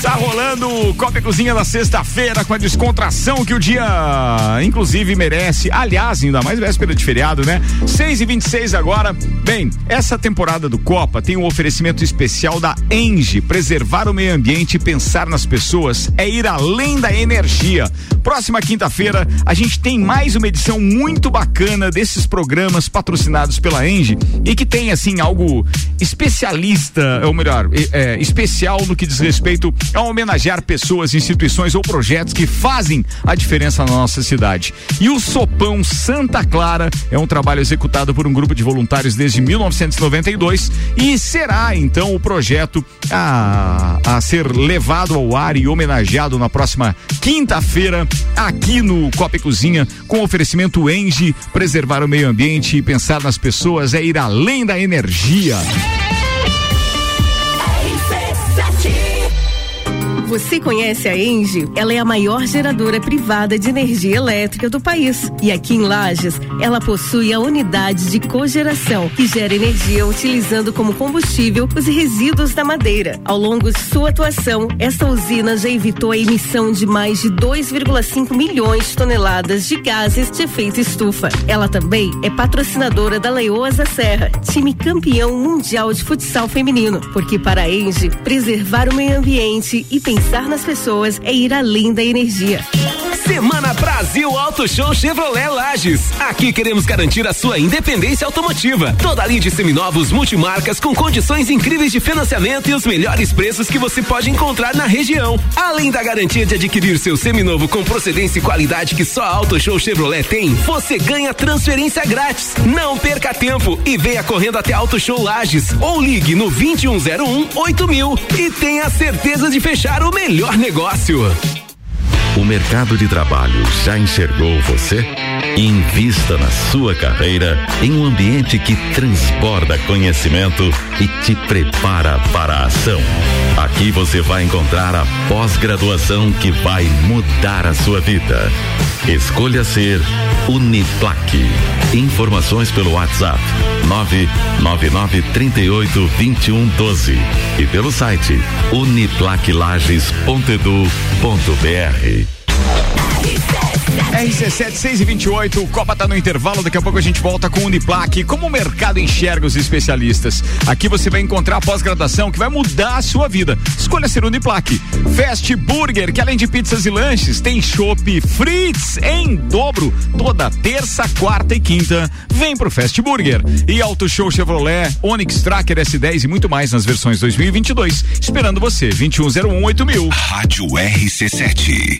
A: Tá rolando o Copa e Cozinha da sexta-feira com a descontração que o dia, inclusive, merece. Aliás, ainda mais véspera de feriado, né? 6 e 26 agora. Bem, essa temporada do Copa tem um oferecimento especial da Enge. Preservar o meio ambiente e pensar nas pessoas é ir além da energia. Próxima quinta-feira, a gente tem mais uma edição muito bacana desses programas patrocinados pela Enge e que tem, assim, algo especialista, ou melhor, e- é, especial no que diz respeito a homenagear pessoas, instituições ou projetos que fazem a diferença na nossa cidade. E o Sopão Santa Clara é um trabalho executado por um grupo de voluntários desde 1992 e será então o projeto a, a ser levado ao ar e homenageado na próxima quinta-feira aqui no Copa e Cozinha com oferecimento Enge, preservar o meio ambiente e pensar nas pessoas é ir além da energia.
I: Você conhece a Engie? Ela é a maior geradora privada de energia elétrica do país. E aqui em Lages, ela possui a unidade de cogeração, que gera energia utilizando como combustível os resíduos da madeira. Ao longo de sua atuação, esta usina já evitou a emissão de mais de 2,5 milhões de toneladas de gases de efeito estufa. Ela também é patrocinadora da Leoas da Serra, time campeão mundial de futsal feminino. Porque para a Engie, preservar o meio ambiente e pensar nas pessoas é ir além da energia.
J: Semana Brasil Auto Show Chevrolet Lages. Aqui queremos garantir a sua independência automotiva. Toda a linha de seminovos multimarcas com condições incríveis de financiamento e os melhores preços que você pode encontrar na região. Além da garantia de adquirir seu seminovo com procedência e qualidade que só a Auto Show Chevrolet tem, você ganha transferência grátis. Não perca tempo e venha correndo até Auto Show Lages ou ligue no 2101 8000 e tenha certeza de fechar o melhor negócio.
K: O mercado de trabalho já enxergou você? Invista na sua carreira em um ambiente que transborda conhecimento e te prepara para a ação. Aqui você vai encontrar a pós-graduação que vai mudar a sua vida. Escolha ser Uniplac. Informações pelo WhatsApp 999382112 e pelo site uniplaclages.edu.br.
A: RC7, 6 e 28 o Copa tá no intervalo, daqui a pouco a gente volta com o Uniplac. Como o mercado enxerga os especialistas? Aqui você vai encontrar a pós-graduação que vai mudar a sua vida. Escolha ser Uniplac. Fast Burger, que além de pizzas e lanches, tem chopp Fritz em dobro toda terça, quarta e quinta. Vem pro Fast Burger. E Auto Show Chevrolet, Onix Tracker S10 e muito mais nas versões 2022. Esperando você, 2101 8000.
L: Rádio RC7.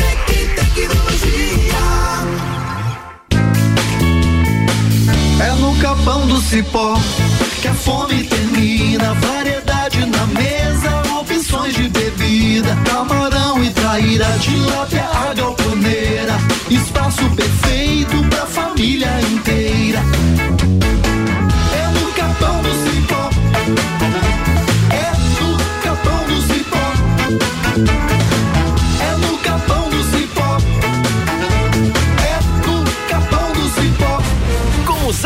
M: É no capão do cipó que a fome termina. Variedade na mesa, opções de bebida, camarão e traíra, tilápia, a galponeira. Espaço perfeito pra família inteira. É no capão do cipó. É no capão do cipó. É no capão do cipó. É no capão do cipó.
J: Com os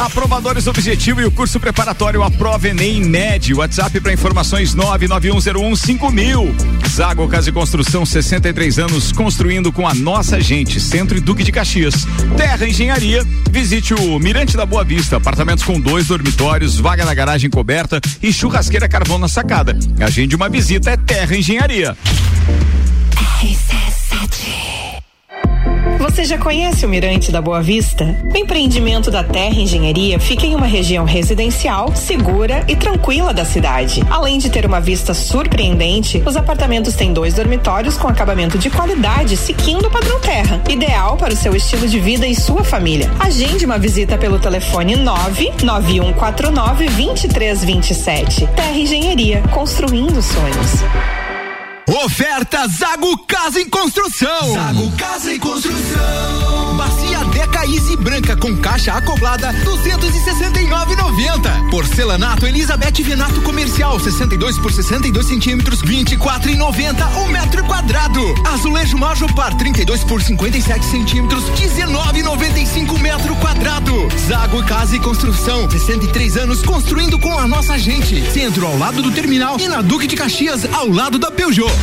A: Aprovadores Objetivo e o curso preparatório Aprova Enem Med. WhatsApp para informações 991015000. Zago Casa e Construção, 63 anos, construindo com a nossa gente. Centro e Duque de Caxias. Terra Engenharia. Visite o Mirante da Boa Vista. Apartamentos com dois dormitórios, vaga na garagem coberta e churrasqueira carvão na sacada. Agende uma visita, é Terra Engenharia.
N: Você já conhece o Mirante da Boa Vista? O empreendimento da Terra Engenharia fica em uma região residencial, segura e tranquila da cidade. Além de ter uma vista surpreendente, os apartamentos têm dois dormitórios com acabamento de qualidade, seguindo o padrão Terra, ideal para o seu estilo de vida e sua família. Agende uma visita pelo telefone 99149 2327. Terra Engenharia, construindo sonhos.
O: Oferta Zago Casa em Construção.
M: Zago Casa e Construção.
O: Bacia Deca Easy Branca com caixa acoblada 269,90. Porcelanato Elizabeth Venato Comercial 62 por 62 centímetros 24,90 um metro quadrado. Azulejo Majopar 32 por 57 centímetros 19,95 metro quadrado. Zago Casa e Construção 63 anos construindo com a nossa gente. Centro ao lado do terminal e na Duque de Caxias ao lado da Peugeot.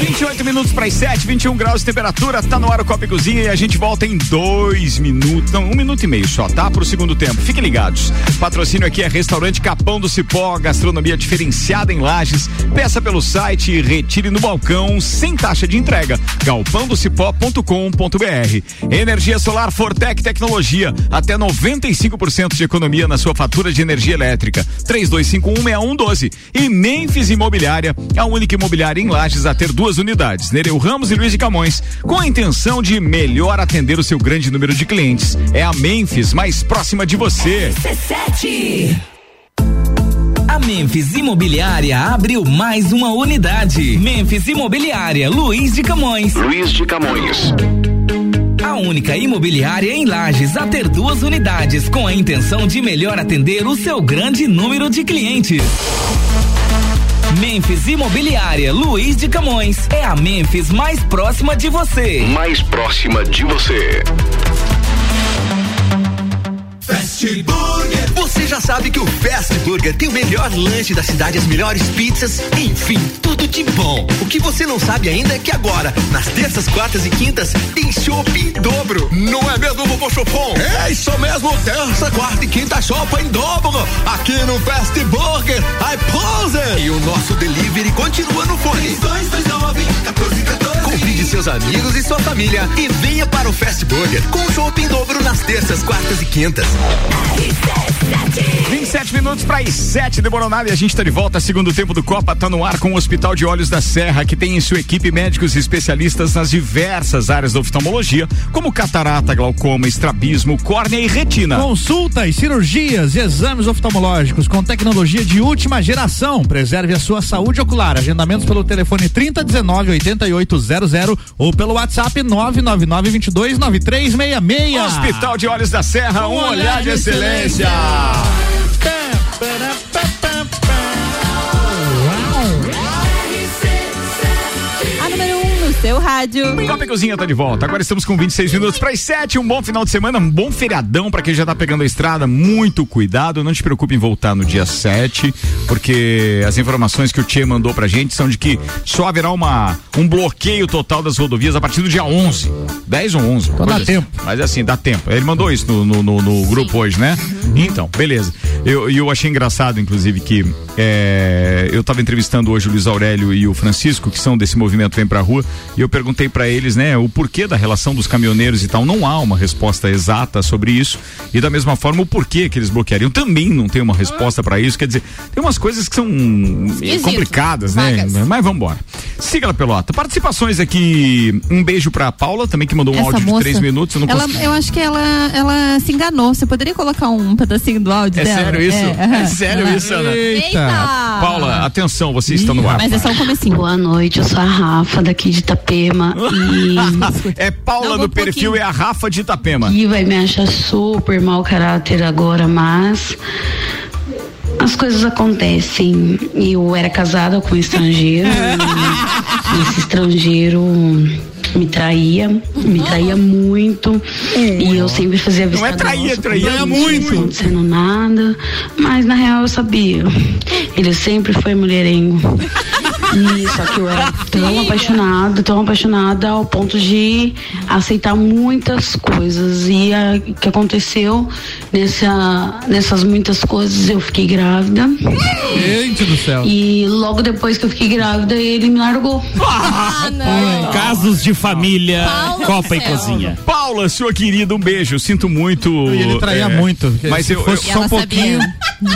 A: 28 minutos para as 7, 21 graus de temperatura, tá no ar o Copa e Cozinha e a gente volta em dois minutos, não, um minuto e meio só, tá? Pro segundo tempo. Fiquem ligados. Patrocínio aqui é Restaurante Capão do Cipó, gastronomia diferenciada em Lages. Peça pelo site e retire no balcão sem taxa de entrega. galpãodocipó.com.br. Energia solar Fortec Tecnologia, até 95% de economia na sua fatura de energia elétrica. 32516112 é e Memphis Imobiliária, é a única imobiliária em Lages a ter duas unidades, Nereu Ramos e Luiz de Camões, com a intenção de melhor atender o seu grande número de clientes. É a Memphis mais próxima de você.
P: A Memphis Imobiliária abriu mais uma unidade. Memphis Imobiliária, Luiz de Camões. Luiz de Camões. A única imobiliária em Lages a ter duas unidades, com a intenção de melhor atender o seu grande número de clientes. Memphis Imobiliária Luiz de Camões é a Memphis mais próxima de você.
L: Mais próxima de você.
O: Fast Burger. Você já sabe que o Fast Burger tem o melhor lanche da cidade, as melhores pizzas, enfim, tudo de bom. O que você não sabe ainda é que agora, nas terças, quartas e quintas, tem chopp em dobro. Não é mesmo, vovô Chopon? É isso mesmo, terça, quarta e quinta, chopp em dobro. Aqui no Fast Burger, I pose. E o nosso delivery continua no fone. 3229 1414. Convide seus amigos e sua família e venha para o Fast Burger com chopp em dobro nas terças, quartas e quintas.
A: 27 minutos para as 7 de Boronada e a gente está de volta. Segundo tempo do Copa está no ar com o Hospital de Olhos da Serra, que tem em sua equipe médicos e especialistas nas diversas áreas da oftalmologia, como catarata, glaucoma, estrabismo, córnea e retina.
H: Consultas, cirurgias e exames oftalmológicos com tecnologia de última geração. Preserve a sua saúde ocular. Agendamentos pelo telefone 3019 8800 ou pelo WhatsApp 999 22 9366.
A: Hospital de Olhos da Serra, um olhar de excelência.
G: A número 1 um no seu rádio.
A: Copa e Cozinha tá de volta. Agora estamos com 26 minutos para as 7. Um bom final de semana, um bom feriadão para quem já tá pegando a estrada. Muito cuidado, não te preocupe em voltar no dia 7, porque as informações que o Tchê mandou pra gente são de que só haverá uma, um bloqueio total das rodovias a partir do dia 11. 10 ou 11. Então
H: dá tempo.
A: Mas assim, dá tempo. Ele mandou isso no, no, no- no grupo hoje, né?
Q: Uhum.
A: Então, beleza. Eu, eu achei engraçado, inclusive, que é, eu tava entrevistando hoje o Luiz Aurélio e o Francisco, que são desse movimento Vem Pra Rua, e eu perguntei pra eles, né, o porquê da relação dos caminhoneiros e tal. Não há uma resposta exata sobre isso. E da mesma forma, o porquê que eles bloqueariam também não tem uma resposta pra isso. Quer dizer, tem umas coisas que são hum,
Q: Esquisito.
A: complicadas, né?
Q: Vagas.
A: Mas vamos embora. Siga a pelota. Participações aqui. Um beijo pra Paula, também que mandou um
G: Essa
A: áudio
G: moça,
A: de três minutos. Eu não
G: ela, é
A: consegui-
G: eu acho que ela, ela se enganou. Você poderia colocar um pedacinho do áudio
A: É
G: dela?
A: sério isso?
G: aham.
A: É sério isso, Ana?
G: Eita!
A: Paula, atenção, você está no ar.
G: Mas é só um comecinho.
R: Boa noite, eu sou a Rafa daqui de Itapema e
A: é Paula do perfil é a Rafa de Itapema.
R: e vai me achar super mau caráter agora, mas as coisas acontecem. E Eu era casada com um estrangeiro e esse estrangeiro me traía, me traía muito e eu sempre fazia vista
Q: é traía,
R: grossa,
Q: traía
R: como,
Q: muito.
R: Não tá acontecendo nada, mas na real eu sabia. Ele sempre foi mulherengo. E só que eu era tão apaixonada, tão apaixonada ao ponto de aceitar muitas coisas. E ah, o que aconteceu nessa, nessas muitas coisas, eu fiquei grávida.
H: Gente do céu.
R: E logo depois que eu fiquei grávida, ele me largou. Ah,
B: Casos de família, Copa e Cozinha.
A: Paula, sua querida, um beijo. Sinto muito. é,
H: E ele traía muito. porque
A: Mas
H: se
A: eu,
H: fosse
A: eu-
H: só um pouquinho.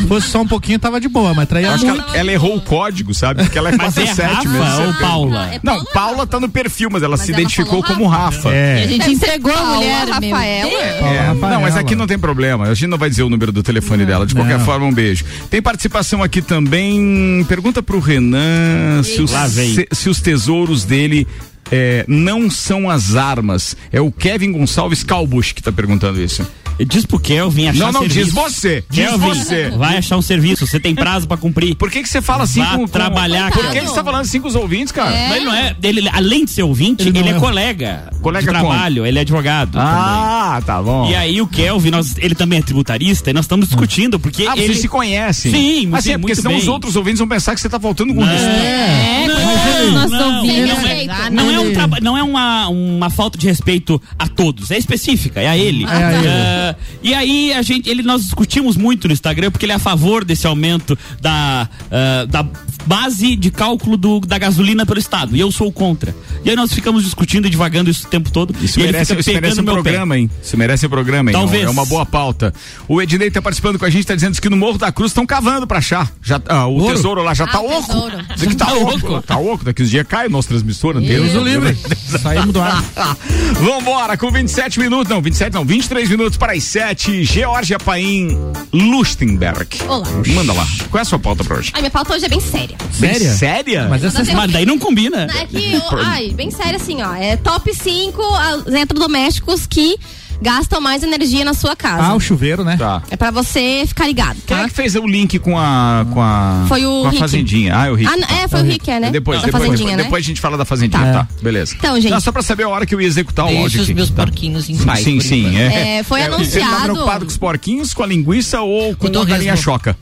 H: fosse só um pouquinho, tava de boa, mas
A: eu
H: traía
A: acho que
H: muito.
A: ela, ela errou o código, sabe? Porque ela é
H: Mas é
A: 47
H: Rafa
A: mesmo.
H: ou
A: sabe?
H: Paula?
A: Não, Paula tá no perfil, mas ela se identificou como Rafa.
H: É.
G: A gente entregou a
D: Paula,
G: mulher,
D: Rafaela.
G: meu.
A: É, não, mas aqui não tem problema. A gente não vai dizer o número do telefone dela. De qualquer forma, um beijo. Tem participação aqui também. Pergunta pro Renan se os,
B: Lá vem.
A: se- se os tesouros dele. é, não são as armas. É o Kevin Gonçalves Calbush que tá perguntando isso.
B: Diz pro Kelvin achar
A: Não, não,
B: serviço.
A: diz você. Diz
B: Kelvin,
A: você.
B: Vai achar um serviço, você tem prazo pra cumprir.
A: Por que que você fala assim
B: Vá
A: com- com-
B: trabalhar,
A: Por
B: cara.
A: que que você tá falando assim com os ouvintes, cara?
B: Mas é, ele não é, ele, além de ser ouvinte, ele, é colega.
A: Colega
B: de trabalho, ele é advogado.
A: Ah, Ah, tá bom.
B: E aí o Kelvin, nós- ele também é tributarista e nós estamos discutindo porque
A: Ah, vocês
B: ele
A: se conhecem.
B: Sim,
A: mas
B: sim,
A: é porque
B: muito
A: senão
B: bem.
A: os outros ouvintes vão pensar que você tá voltando com
B: Não.
A: isso.
B: É,
A: Não,
B: não,
A: mas, ei,
B: não,
A: sem
B: não,
A: respeito,
B: é-
M: Ah,
A: né?
B: não é um traba- não é uma, uma falta de respeito a todos, é específica, é a ele.
A: É a ele.
B: Ah, e aí a gente, ele nós discutimos muito no Instagram porque ele é a favor desse aumento da ah, da base de cálculo do, da gasolina pelo estado e eu sou contra. E aí nós ficamos discutindo e divagando isso o tempo todo.
A: Isso
B: e ele
A: merece,
B: fica
A: isso
B: pegando
A: merece um
B: meu pé.
A: programa, hein? Isso merece um programa, hein?
B: Talvez.
A: É uma boa pauta. O Ednei tá participando com a gente, tá dizendo que no Morro da Cruz estão cavando pra achar. Já, ah, o
H: Ouro?
A: tesouro lá já tá oco. Diz que tá oco. Tá oco. Daqui uns dias cai o nosso transmissor. não tem
H: Deus
A: jeito.
H: o livre. Saímos do ar.
A: Vambora, com 27 minutos, não, 27 não, 23 minutos para as 7, Georgia Paim Lustenberg.
D: Olá.
A: Manda lá, qual é a sua pauta pra hoje?
D: Ai, minha pauta hoje é bem séria.
A: Bem Séria?
D: Mas é essa- Mas daí
B: não combina.
D: É que, eu- ai, bem sério assim, ó. É top 5 eletrodomésticos que gastam mais energia na sua casa.
H: Ah, o chuveiro, né?
A: Tá.
D: É pra você ficar ligado,
A: Quem é
D: tá?
A: que fez o link com a. Com a
D: Foi o
A: com a
D: Rick.
A: Fazendinha. Ah, é o Rick.
D: Ah, não, é, foi o Rick, é, né?
A: Depois,
D: Da
A: depois,
D: Fazendinha,
A: depois,
D: né?
A: depois a gente fala da Fazendinha, tá? Beleza.
D: Então, gente.
A: Não, só pra saber a hora que eu ia executar o
E: Deixa
A: áudio
E: os
A: aqui. Tá.
E: meus porquinhos em paz.
A: Sim,
E: por
A: sim.
E: enquanto.
A: É.
D: É, foi
A: Você tá
D: anunciado.
A: preocupado com os porquinhos, com a linguiça ou com, a
E: torresmo.
A: galinha choca?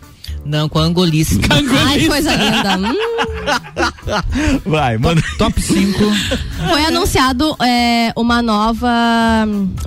E: Não, com a angolisca.
D: Ai, coisa linda. Hum.
A: Vai, manda.
H: Top 5.
D: Foi anunciado é, uma nova.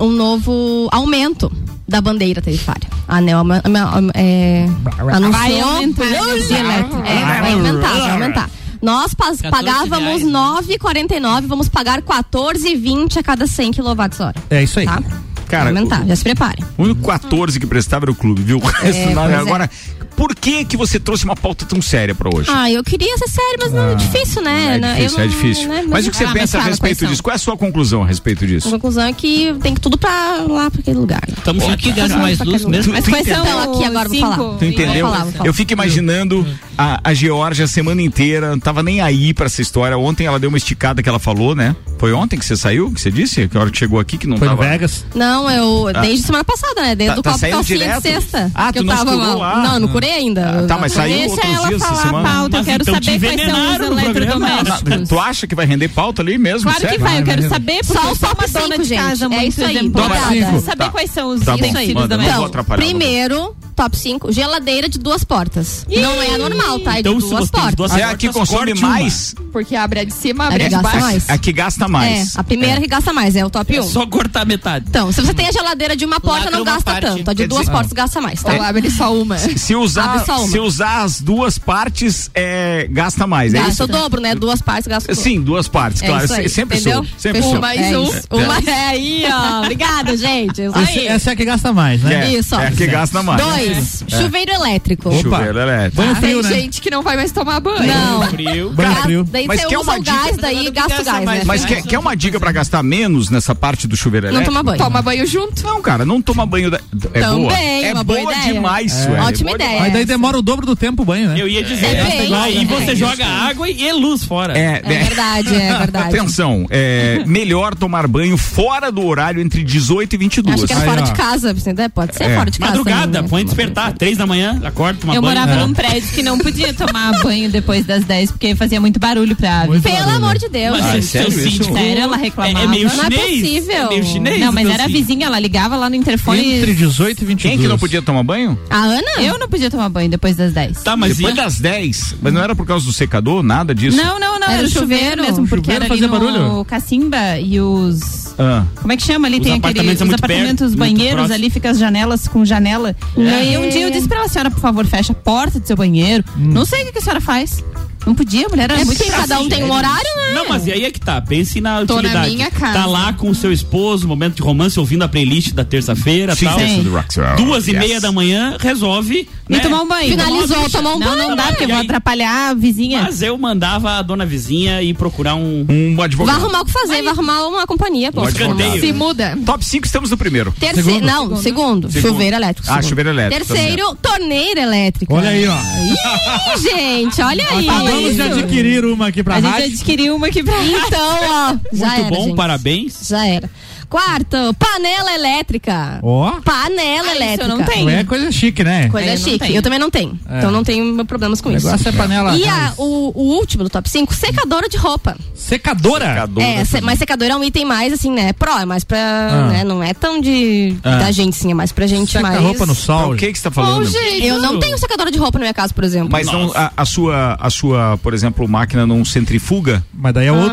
D: um novo aumento da bandeira tarifária. Ah, né, A ANEL ama- ama- é, anunciou.
F: Vai aumentar a energia elétrica.
D: É, vai aumentar, vai aumentar. Nós pas-
F: 14
D: pagávamos
F: reais,
D: R$ 9,49, vamos pagar 14,20 a cada 100 kWh.
H: É isso aí.
D: Tá?
A: Cara,
D: vai aumentar, já se preparem.
A: O único 14 que prestava era o clube, viu? O resto
D: É,
A: nada.
D: pois é.
A: Agora, por que que você trouxe uma pauta tão séria pra hoje?
D: Ah, eu queria ser sério, mas não é difícil, né?
A: É
D: Não, eu
A: difícil,
D: não-
A: é difícil.
D: né?
A: Mas o que você
D: Ah,
A: pensa a
D: fala, quais
A: respeito
D: são?
A: disso? Qual é a sua conclusão a respeito
D: A
A: disso?
D: conclusão é que tem tudo pra lá, pra aquele lugar. né?
E: Tamo O que gasta mais luz mesmo?
D: Mas quais são então, aqui agora, vou falar.
A: Tu entendeu?
D: Vou falar, vou falar.
A: Eu fico imaginando
F: Hum.
A: a, a Georgia a semana inteira, não tava nem aí pra essa história. Ontem ela deu uma esticada que ela falou, né? Foi ontem que você saiu, que você disse? Que a hora que chegou aqui que não
H: Foi no
A: tava.
H: Vegas?
D: Não, eu.
A: Ah.
D: Desde semana passada, né? Desde
A: Tá-
D: o
A: tá
D: copo
A: saindo
D: calcinha
A: direto?
D: de sexta.
A: Ah,
D: que
A: tu
D: eu
A: não
D: tava
A: curou
D: mal.
A: lá.
D: Não, não curei ainda.
A: tá, mas
D: Eu-
A: saiu
F: Deixa
A: outros
F: ela
A: dias essa
F: falar a
A: semana.
F: pauta, eu quero
E: então
D: então
F: saber quais são os
A: Ah,
F: eletrodomésticos.
A: Tu acha que vai render pauta ali mesmo?
F: Claro que
A: Sério?
F: vai, eu quero saber, porque
D: Só
F: eu
D: os
F: sou
D: top
F: uma dona
D: cinco,
F: de casa
D: gente. É
F: muito
D: isso aí.
F: exemplar.
A: Top
F: Eu quero
A: cinco?
F: saber
A: Tá.
F: quais são os
A: Tá bom,
F: utensílios
A: manda,
F: da
A: não vou
F: mesa.
A: atrapalhar.
D: Primeiro, top 5, geladeira de duas portas. Não é normal, tá? É de
A: Então, se
D: duas
A: você tem
D: portas.
A: duas É a que portas, consome corte uma. mais?
F: Porque abre a de cima,
D: A
F: abre a
D: É que
F: de
D: gasta
F: baixo.
D: mais.
A: A que gasta mais.
D: É, a primeira que gasta mais, é o
F: um.
D: top 1.
B: Só cortar metade.
D: Então, se você tem a geladeira de uma porta,
B: Lacra
D: não
B: uma
D: gasta
B: parte.
D: tanto. A de
A: Uhum. Quer
D: duas
A: dizer- é.
D: portas gasta mais, tá?
F: Ou Então, abre só uma.
A: Se usar,
D: Abre só uma.
A: se usar as duas partes, é, gasta mais. É
D: Gasta
A: isso?
D: o dobro, né? Duas partes gasta o dobro.
A: Sim, duas partes,
D: É
A: claro.
D: isso aí,
A: Se- sempre
D: entendeu?
A: sou. Sempre
D: Fechou.
A: sou.
D: Mais
A: É
D: um,
A: isso.
D: uma é aí, ó. Obrigada, gente. Isso
H: Esse-
D: aí.
H: essa é a que gasta mais, né?
A: É,
D: Isso, ó.
A: é a que gasta mais.
D: Dois,
A: É.
D: chuveiro elétrico.
H: Opa.
A: Chuveiro elétrico.
H: Banho frio,
F: Tem
H: né?
F: gente que não vai mais tomar banho.
D: Não.
B: Frio.
H: Banho
D: Gás-
H: frio.
D: Daí
A: Mas
D: você
A: quer
D: usa
A: uma
D: o
A: dica?
D: gás, daí gasta o gás, né?
A: Mas quer, quer uma dica pra gastar menos nessa parte do chuveiro
D: Não
A: elétrico?
D: toma banho.
F: Toma banho junto.
A: Não, cara, não toma banho. Da... É
D: Também,
A: boa. É
D: uma boa
A: boa
D: ideia.
A: demais,
D: É.
A: Sueli.
D: Ótima
A: Boa
D: ideia.
A: demais.
H: Mas daí demora o dobro do tempo o banho, né?
B: Eu ia dizer.
D: É bem,
B: Aí
D: é
B: você
D: bem.
B: joga água e luz fora.
A: É,
D: É verdade, é verdade.
A: Atenção, é melhor tomar banho fora do horário entre 18 e 22.
D: Acho que era
H: Aí,
D: fora
H: ó.
D: de casa, né? Pode ser
A: É.
D: fora de casa.
B: Madrugada,
D: também, né?
B: põe despertar, três da manhã, acorda, toma
G: Eu
B: banho.
G: morava
B: É.
G: num prédio que não podia tomar banho depois das 10, porque fazia muito barulho pra ave.
D: Pelo amor de Deus.
B: Mas
A: Ah,
B: seu-
A: é sério
B: seu
A: isso?
B: síndico-
G: Sério, ela reclamava.
B: É, é meio
D: Não é
B: chinês.
D: possível.
B: meio chinês.
G: Não, mas
B: meu
G: era a
B: síndico.
G: vizinha, ela ligava lá no interfone.
H: Entre 18 e 22.
A: Quem que não podia tomar banho?
D: A Ana?
G: Eu não podia tomar banho depois das 10.
B: Tá, mas
A: Depois
B: e-
A: das 10. Mas não era por causa do secador, nada disso?
G: Não, não, não.
D: Era
G: Era,
D: o
G: o chuveiro,
D: chuveiro
G: mesmo, porque
H: chuveiro
G: era ali
H: fazia
G: no
H: barulho?
G: Cacimba e os.
A: Ah.
G: Como é que chama ali?
B: Os
G: tem aquele,
B: apartamentos é
G: os
B: muito perto,
G: apartamentos, os
B: muito
G: banheiros
B: próximo. É.
G: ali, fica as janelas com janela. E um dia eu disse pra ela, senhora, por favor, fecha a porta do seu banheiro.
B: Hum.
G: Não sei o que que a senhora faz. Não podia, a mulher era
D: É
G: muito
D: porque cada um tem um horário, né?
B: Não, mas e aí é que tá. Pense na
F: Tô na
B: utilidade.
F: minha casa.
B: Tá lá com o seu esposo, momento de romance, ouvindo a playlist da terça-feira
A: Sim,
B: tal.
A: sim. Do Roxwell,
B: Duas e
A: yes.
B: meia da manhã, resolve.
G: E
B: né?
G: tomar um banho.
D: Finalizou, tomar um
G: Não,
D: banho.
G: não dá,
B: E
G: porque eu vou
B: aí?
G: atrapalhar a vizinha.
B: Mas eu mandava a dona vizinha ir procurar um.
A: Um
D: Vai
A: advogado.
D: arrumar o que fazer, vai arrumar uma companhia, pô.
A: Pode voltar.
F: Se muda.
A: Top 5 estamos no primeiro.
D: Terceiro, não, segundo,
A: Segundo.
D: chuveiro elétrico.
A: Ah,
D: segundo.
A: chuveiro elétrico, tá
D: Terceiro, torneira elétrica.
H: Olha aí, ó.
D: Ih, gente, olha aí.
B: tá,
H: Acabamos de adquirir uma aqui pra
G: A gente
H: rádio.
G: adquiriu uma aqui pra
D: Então, ó, já
B: Muito
D: era,
B: bom,
D: gente.
B: parabéns.
D: Já era. Quarto, panela elétrica.
H: Ó.
D: Panela elétrica.
H: Ah, não tenho. É coisa chique, né?
D: Coisa
H: É, eu não
D: chique.
H: tenho.
D: Eu também não tenho.
H: É.
D: Então não tenho problemas com
H: O
D: isso.
H: negócio é panela
D: E
H: gás.
D: a- o, o último do top 5, secadora de roupa.
H: Secadora?
D: É, se- mas secadora é um item mais assim, né? Pro, é mais pra.
H: Ah.
D: né, Não é tão de.
H: Ah.
D: da gente, sim. É mais pra gente
B: tá
H: Seca
D: mais.
H: a roupa no sol.
A: O que que você tá falando?
D: Eu não tenho secadora de roupa na minha casa, por exemplo.
A: Mas não a, a sua, a sua, por exemplo, máquina não centrifuga?
H: Mas daí é
D: Aham.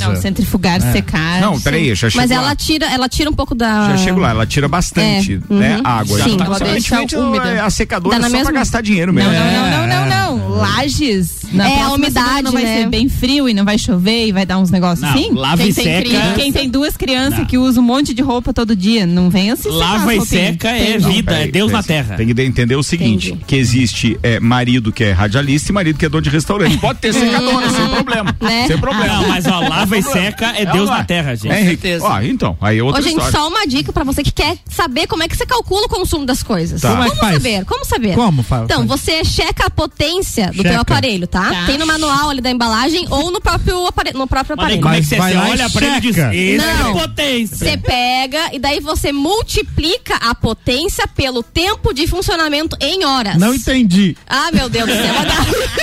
G: Não, centrifugar,
A: É.
G: secar.
A: Não, peraí, já chego
D: Mas
A: lá.
D: ela tira, ela tira um pouco da.
A: Já chego lá, ela tira bastante,
D: É,
A: né?
D: uhum.
A: Água.
D: Sim,
A: Já
D: ela deixa
A: Consequentemente,
D: úmida.
A: é, A secadora
D: Dá
A: é
D: na
A: só
D: mesma?
A: pra gastar dinheiro mesmo.
G: Não, não,
A: É.
G: não, não, não, não. Lages.
D: É, a
G: próxima
D: umidade,
G: semana Não vai
D: né?
G: ser bem frio e não vai chover e vai dar uns negócios
B: Não,
G: assim?
B: lava
G: quem
B: e
G: tem
B: seca-
G: cri- Quem tem duas crianças que usam um monte de roupa todo dia, não vem assim. secar
B: Lava
G: as
B: e
G: roupinhas.
B: seca é
G: Tem.
B: vida, é Deus na terra.
A: Tem que entender o seguinte: que existe é, marido que é radialista e marido que é dono de restaurante. Pode ter
G: É.
A: secadora, sem problema.
D: Né?
A: Sem problema.
B: Não, mas, ó, lava e seca é
A: Ela
B: Deus
A: vai.
B: na terra, gente.
A: É,
B: Com
A: Henrique.
B: certeza.
A: Ó, então, aí é outra
D: Ô, gente,
A: história.
D: só um uma dica pra você que quer saber como é que você calcula o consumo das coisas.
A: Tá. Como é
D: Como,
A: que faz?
D: saber? Como saber?
A: Como fa-
D: Então,
A: faz?
D: você checa a potência do
A: Checa.
D: teu aparelho, tá?
A: Tá.
D: Tem no manual ali da embalagem ou no próprio aparelho, no próprio
B: Mas daí
D: aparelho.
B: como é que você, você olha pra ele e diz, esse é
D: Não.
B: potência.
D: Você pega e daí você multiplica a potência pelo tempo de funcionamento em horas.
H: Não entendi.
D: Ah, meu Deus do céu.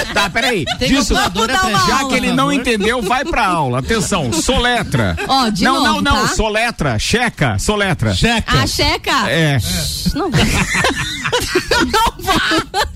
A: Tá, peraí.
D: Tem
A: Disso,
D: calculadora pra isso.
A: já que ele
D: Por
A: não
D: favor.
A: entendeu, vai pra aula. Atenção, soletra.
D: Ó, de
A: não, não,
D: novo,
A: não,
D: tá?
A: soletra, checa, soletra.
D: A checa?
A: É.
D: Ah, Não vou. não vou.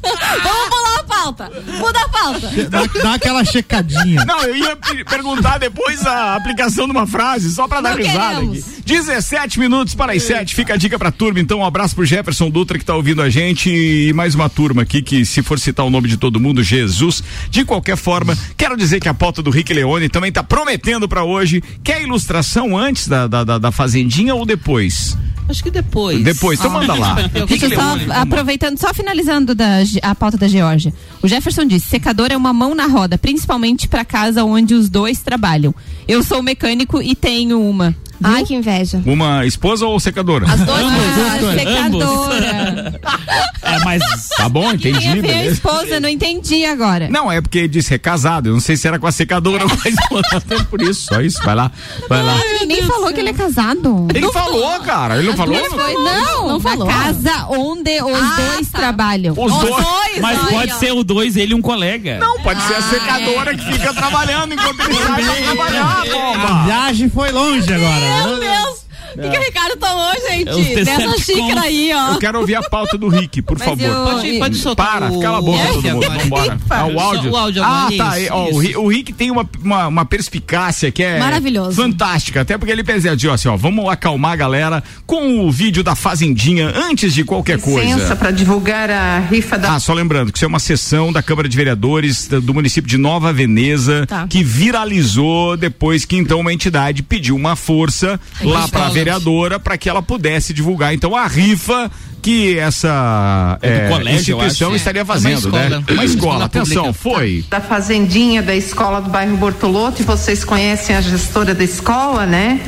D: Vamos pular a pauta. Muda a pauta.
H: Dá, dá aquela checadinha.
A: Não, eu ia pe- perguntar depois a aplicação de uma frase, só pra dar
D: Não
A: risada
D: queremos.
A: aqui. 17 minutos para as 7. Fica a dica pra turma, então. Um abraço pro Jefferson Dutra que tá ouvindo a gente. E mais uma turma aqui que, se for citar o nome de todo mundo, Jesus. De qualquer forma, quero dizer que a pauta do Rick Leone também tá prometendo pra hoje. Quer ilustração antes da, da, da- da Fazendinha ou depois?
E: Acho que depois.
A: Depois, então
E: Ah.
A: manda lá.
G: Deixa eu só aproveitando, só finalizando da Ge- a pauta da Geórgia. O Jefferson diz: secador é uma mão na roda, principalmente para casa onde os dois trabalham. Eu sou mecânico e tenho uma.
D: Ai, que inveja.
A: Uma esposa ou secadora?
D: As duas coisas.
G: Secadora.
A: É, mas. Tá bom,
G: Quem
A: entendi,
G: é minha
A: beleza.
G: esposa, não entendi agora.
A: Não, é porque ele disse é casado. Eu não sei se era com a secadora ou com a esposa. Até por isso, só isso. Vai lá, vai lá.
G: Ele nem falou que ele é casado.
A: Ele falou, cara. Ele não falou?
G: Ele foi- não,
D: não falou. Ah, tá.
G: Na casa onde os dois trabalham.
B: Os dois. Mas
G: olha.
B: pode ser o dois, ele e um colega.
A: Não, pode ser a
D: Ah.
A: secadora que fica trabalhando enquanto ele sai pra trabalhar,
H: A
A: bomba.
H: viagem foi longe agora. né?
D: Meu Deus. O que, que o Ricardo tomou,
A: É Os
D: gente? Dessa
A: Decepticons.
D: xícara aí, ó.
A: Eu quero ouvir a pauta do Rick, por favor.
G: eu- Pode-
E: pode soltar
A: Para,
E: o-
A: cala a boca
E: É,
A: todo mundo.
E: agora.
A: Vambora. Ah, o
E: Só
A: áudio.
E: o áudio
A: ah,
E: agora,
A: tá.
E: isso,
A: Ó, o, Ri- o Rick tem uma, uma, uma perspicácia que é
D: Maravilhoso.
A: fantástica. Até porque ele pensa assim, ó, assim, ó, vamos acalmar a galera com o vídeo da Fazendinha antes de qualquer coisa.
Q: licença para divulgar a rifa da
A: Ah, só lembrando que isso é uma sessão da Câmara de Vereadores da- do município de Nova Veneza
D: Tá.
A: que viralizou depois que então uma entidade pediu uma força lá para a
F: né?
A: vereadora para que ela pudesse divulgar então a rifa que essa
B: É do
A: eh,
B: colégio, eu
A: instituição
B: acho.
A: estaria
B: É uma
A: fazendo, né?
B: escola.
A: Uma escola,
B: Escola
A: atenção,
B: pública.
A: foi.
Q: da fazendinha da escola do bairro Bortoloto, e vocês conhecem a gestora da escola, né?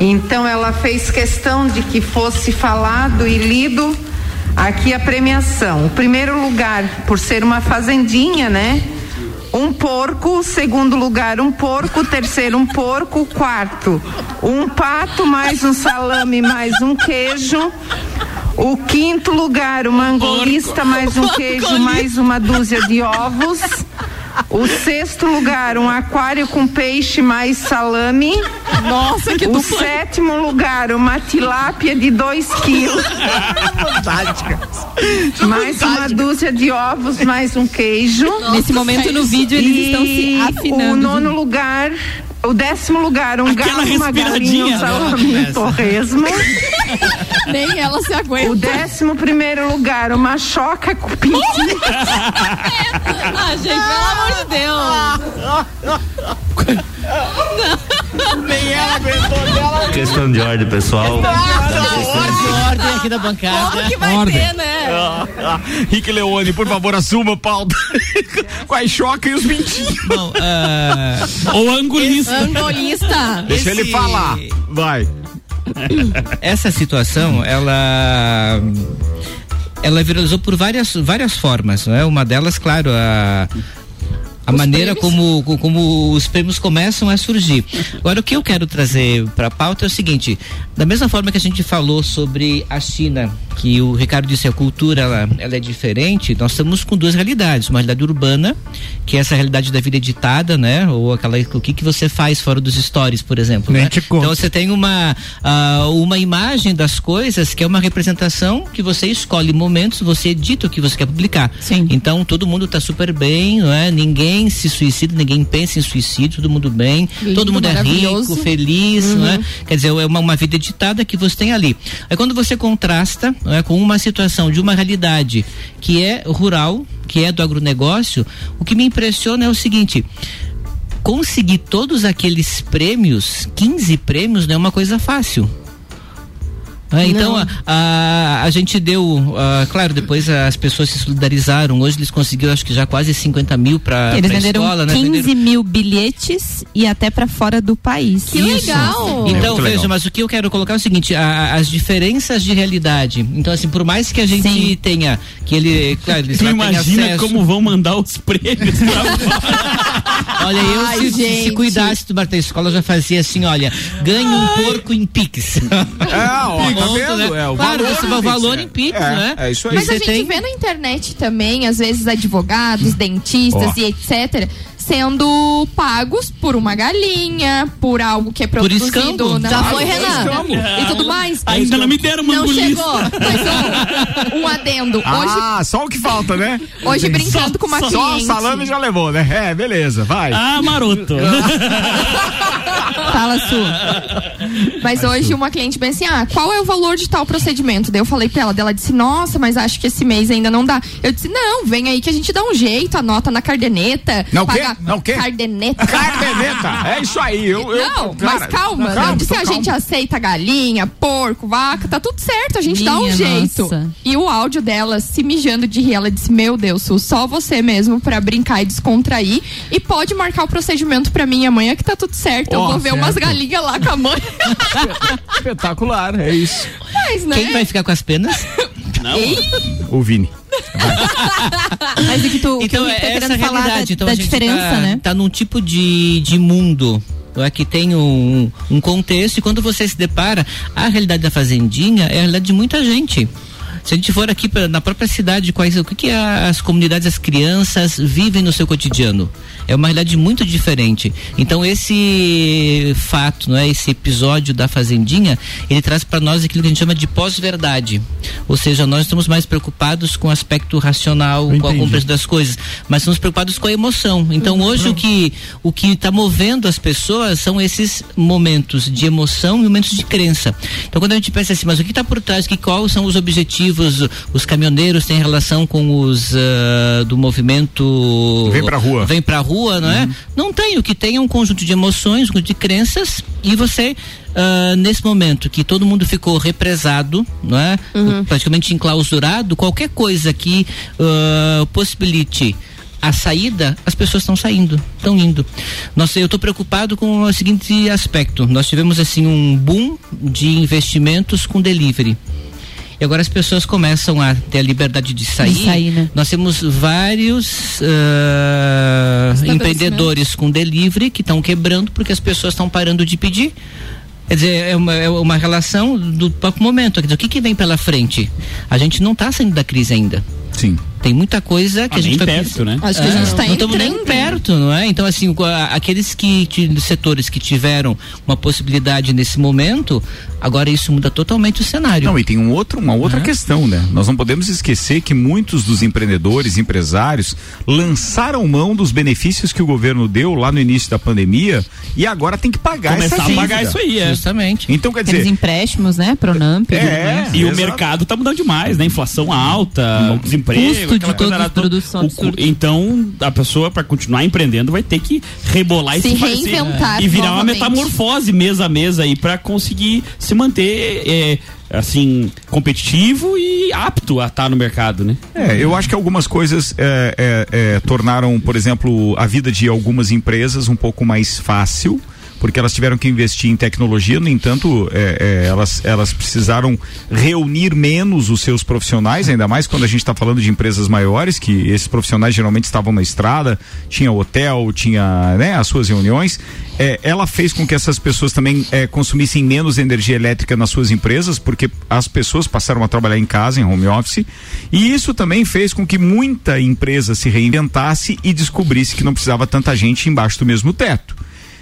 Q: Então ela fez questão de que fosse falado e lido aqui a premiação. O primeiro lugar, por ser uma fazendinha, né? Um porco, segundo lugar um porco, terceiro um porco, quarto um pato, mais um salame, mais um queijo. O quinto lugar, uma angolista, mais um queijo, mais uma dúzia de ovos. O sexto lugar, um aquário com peixe mais salame. Nossa, que O sétimo lugar, uma tilápia de 2 quilos. Mais uma dúzia de ovos, mais um queijo.
G: Nesse momento no vídeo eles estão se afinando.
Q: O nono lugar, o décimo lugar, um
G: Aquela
Q: galo, uma galinha,
G: respiradinha.
Q: um salame, um torresmo.
D: Nem ela se aguenta.
Q: O décimo primeiro lugar, uma choca com pintinho.
D: Ah, gente, pelo amor de Deus.
A: Nem ela aguentou dela.
S: Questão de ordem, pessoal.
E: ordem aqui da bancada.
D: Ah, tá Como que vai
A: Ordem.
D: ter, né?
A: Ah, ah. Rick Leone, por favor, assuma a pauta. Com as choca e os mentinhos.
B: Ou angolista.
D: Angolista.
A: Deixa ele
E: Esse-
A: falar. Vai.
E: Essa situação, ela ela viralizou por várias várias formas, não é? Uma delas, claro, a A maneira como, co- como os prêmios começam a surgir. Agora, o que eu quero trazer para a pauta é o seguinte: da mesma forma que a gente falou sobre a China, que o Ricardo disse a cultura ela, ela é diferente, nós estamos com duas realidades. Uma realidade urbana, que é essa realidade da vida editada, né? Ou aquela o que, que você faz fora dos stories, por exemplo.
H: Nem
E: né?
H: te conto.
E: Então, você tem uma, ah, uma imagem das coisas que é uma representação que você escolhe momentos, você edita o que você quer publicar. Sim. Então todo mundo está super bem, não é? Ninguém se suicida, ninguém pensa em suicídio, todo mundo bem,
S: Lindo,
E: todo mundo é rico,
S: maravilhoso.
E: feliz, não
G: Uhum.
E: é? Quer dizer, é uma, uma vida editada que você tem ali. Aí quando você contrasta não é, com uma situação de uma realidade que é rural, que é do agronegócio, o que me impressiona é o seguinte conseguir todos aqueles prêmios, 15 prêmios, não é uma coisa fácil. Ah, então a, a, a gente deu, ah, claro, depois as pessoas se solidarizaram. Hoje eles conseguiram, acho que já quase 50 mil para
G: Eles venderam
E: escola, né?
G: 15
E: Venderam-
G: mil bilhetes e até pra fora do país. É
E: Que
G: Oh.
A: É
E: Então, veja, mas o que eu quero colocar é o seguinte, a- as diferenças de realidade. Então, assim, por mais que a gente tenha, que ele, claro, eles
B: Tu
E: lá têm
B: imagina
E: acesso-
B: como vão mandar os prêmios pra
E: Olha, eu
B: Ai,
E: se, se
B: gente.
E: cuidasse do Marta Escola, eu já fazia assim, olha, ganha um porco em Pix.
A: É, ó, tá
E: Ponto,
A: vendo?
E: né?
A: É, o
E: claro,
A: valor
E: você
A: em
E: vai o
A: Pix,
E: valor
A: é.
E: em Pix,
A: É,
E: né?
A: é isso aí.
F: Mas a
E: Você
F: gente
E: tem-
F: vê na internet também, às vezes, advogados, dentistas
E: Ó.
F: e etc., sendo pagos por uma galinha, por algo que é
D: Por
F: produzido
D: escambo?
F: na
D: Já foi, Renan.
F: Escambo.
D: E tudo mais.
F: Ainda não me deram uma
D: Não
F: angolista.
D: chegou.
F: Mas um, um adendo. Hoje,
A: Ah, só o que falta, né?
F: Hoje brincando
A: Só-
F: com uma
A: Só
F: cliente.
A: salame já levou, né? É, beleza, vai.
B: Ah, maroto.
F: Fala sua. Mas hoje uma cliente bem assim: ah, qual é o valor de tal procedimento? Daí eu falei pra ela, daí ela disse, nossa, mas acho que esse mês ainda não dá. Eu disse, não, vem aí que a gente dá um jeito, anota na cardeneta.
A: Não, o quê?
F: paga-
A: Não, o quê?
F: Cardeneta.
A: Cardeneta, é isso aí. Eu, eu,
F: não,
A: cara,
F: mas calma,
A: não, calma,
F: não disse
A: tô
F: a
A: calmo.
F: gente aceita galinha, porco, vaca, tá tudo certo, a gente dá um
G: Minha
F: jeito.
G: nossa.
F: E o áudio dela se mijando de rir, ela disse: Meu Deus, Su, só você mesmo pra brincar e descontrair. E pode marcar o procedimento pra mim amanhã que tá tudo certo. Eu
E: Ó,
F: vou ver
E: certo.
F: umas galinhas lá com a mãe.
A: Espetacular, é isso.
F: Mas, né?
E: Quem vai ficar com as penas?
B: Não.
A: O Vini.
G: Mas o que tu o que
E: então,
G: o Rick
E: é
G: tá
E: essa
G: querendo
E: a
G: falar
E: realidade.
G: da,
E: então,
G: da
E: a gente
G: diferença,
E: tá,
G: né?
E: Tá num tipo de, de mundo não é, que tem um, um contexto e quando você se depara, a realidade da fazendinha é a realidade de muita gente. Se a gente for aqui pra, na própria cidade, quais, o que, que a- as comunidades, as crianças vivem no seu cotidiano? É uma realidade muito diferente. Então esse fato, não é, esse episódio da fazendinha, ele traz para nós aquilo que a gente chama de pós-verdade. Ou seja, nós estamos mais preocupados com o aspecto racional, com a
P: entendi.
E: compreensão das coisas, mas estamos preocupados com a emoção. Então hoje o que o que está movendo as pessoas são esses momentos de emoção e momentos de crença. Então quando a gente pensa assim, mas o que está por trás? Que quais são os objetivos? Os caminhoneiros têm relação com os ah, do movimento
A: Vem pra rua.
E: Vem pra rua, não é? Não tem. O que tem é um conjunto de emoções, um conjunto de crenças e você ah, nesse momento que todo mundo ficou represado, não é? praticamente enclausurado, qualquer coisa que ah, possibilite a saída, as pessoas estão saindo, estão indo. Nossa, eu estou preocupado com o seguinte aspecto. Nós tivemos assim um boom de investimentos com delivery. E agora as pessoas começam a ter a liberdade de sair.
G: sair, né?
E: Nós temos vários ah, empreendedores com delivery que estão quebrando porque as pessoas estão parando de pedir. Quer dizer, é uma, é uma relação do próprio momento. Quer dizer, o que, que vem pela frente? A gente não está saindo da crise ainda.
A: Sim.
E: Tem muita coisa que
B: Ah,
E: a gente É.
B: nem
E: vai
B: perto, né?
E: Acho
B: que a
A: É.
F: tá
B: gente
E: não estamos nem perto, Tá não é? Então, assim, com a- aqueles que ti- dos setores que tiveram uma possibilidade nesse momento, agora isso muda totalmente o cenário. É.
A: Não, e tem um outro, uma outra questão, né? Nós não podemos esquecer que muitos dos empreendedores, empresários, lançaram mão dos benefícios que o governo deu lá no início da pandemia e agora tem que pagar
B: Começar
A: essa
B: a
A: dívida.
B: pagar isso aí, é.
E: Justamente.
A: Então, quer dizer,
G: Aqueles empréstimos, né? Pronamp.
B: É, e o
G: mercado.
B: mercado tá mudando demais, né? Inflação alta, o desemprego,
G: Custo de
B: aquela coisa
G: todos
B: era
G: os
B: toda-
G: produtos são
B: o cu- Então, a pessoa para continuar empreendendo vai ter que rebolar e
F: Se
B: fa-
F: reinventar
B: e virar uma
F: novamente.
B: metamorfose mês a mês aí para conseguir se manter é, assim competitivo e apto a estar no mercado, né?
A: É, eu acho que algumas coisas é, é, é, tornaram, por exemplo, a vida de algumas empresas um pouco mais fácil. porque elas tiveram que investir em tecnologia, no entanto, é, é, elas, elas precisaram reunir menos os seus profissionais, ainda mais quando a gente está falando de empresas maiores, que esses profissionais geralmente estavam na estrada, tinha hotel, tinha né, as suas reuniões. É, ela fez com que essas pessoas também é, consumissem menos energia elétrica nas suas empresas, porque as pessoas passaram a trabalhar em casa, em home office, e isso também fez com que muita empresa se reinventasse e descobrisse que não precisava tanta gente embaixo do mesmo teto.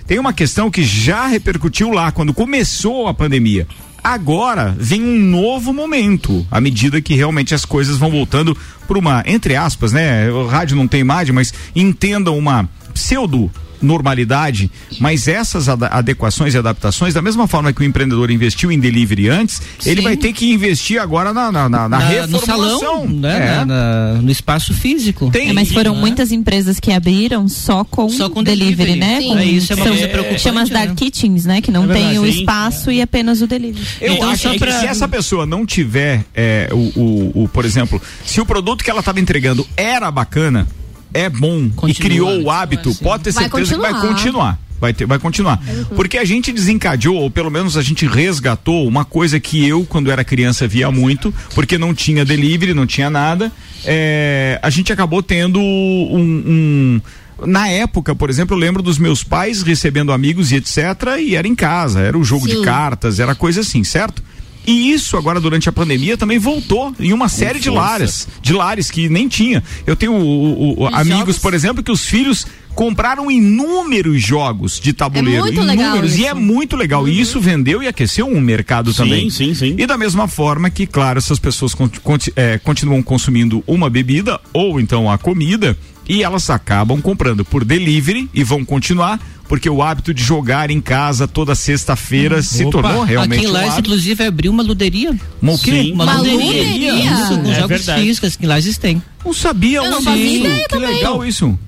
A: Tem uma questão que já repercutiu lá quando começou a pandemia. Agora vem um novo momento, à medida que realmente as coisas vão voltando para uma, entre aspas, né? O rádio não tem imagem, mas entendam uma pseudo normalidade, mas essas ad- adequações e adaptações, da mesma forma que o empreendedor investiu em delivery antes, ele vai ter que investir agora na, na, na, na
E: Na- no
A: reformulação.
E: salão, né?
A: É.
E: Na- na- no espaço físico.
G: É, mas foram muitas empresas que abriram só com, delivery,
E: né? delivery.
G: né?
E: Sim.
G: Com-
E: É, isso é uma
G: são-
E: coisa preocupante,
G: Chama as dark kitchens, né? Que não
A: É verdade,
G: tem o
A: sim.
G: espaço e apenas o delivery.
A: Eu
E: Então,
A: acho que se essa pessoa não tiver é, o, o- o- por exemplo, se o produto que ela estava entregando era bacana, é bom e criou
E: né?
A: o hábito, pode ter
D: é assim. Vai
A: certeza que vai
D: continuar.
A: continuar. Vai, ter, vai continuar. Porque a gente desencadeou, ou pelo menos a gente resgatou, uma coisa que eu, quando era criança, via muito, porque não tinha delivery, não tinha nada. É, a gente acabou tendo um- um na época, por exemplo, eu lembro dos meus pais recebendo amigos e etc. E era em casa, era o jogo de
S: Sim.
A: cartas, era coisa assim, certo? E isso agora durante a pandemia também voltou em uma série de
S: força.
A: lares, de lares que nem tinha. Eu tenho o- o- o- amigos, por exemplo, que os filhos compraram inúmeros jogos de tabuleiro,
D: muito legal
A: inúmeros e é
D: isso. Uhum.
A: muito legal. E isso vendeu e aqueceu um mercado também.
B: sim, sim.
A: E da mesma forma que, claro, essas pessoas conti- conti- eh, continuam consumindo uma bebida ou então a comida e elas acabam comprando por delivery e vão continuar porque o hábito de jogar em casa toda sexta-feira se
E: Uhum. Opa.
A: tornou realmente
E: Aqui em
A: um
E: Lages,
A: hábito.
E: inclusive, abriu uma luderia.
A: Uma o quê?
E: Sim, Uma,
A: Uma
E: luderia.
A: luderia?
E: Isso, com
A: É
E: jogos
A: verdade.
E: físicos que em Lages tem.
A: Não sabia,
E: eu
A: não fazia ideia Que também. legal isso.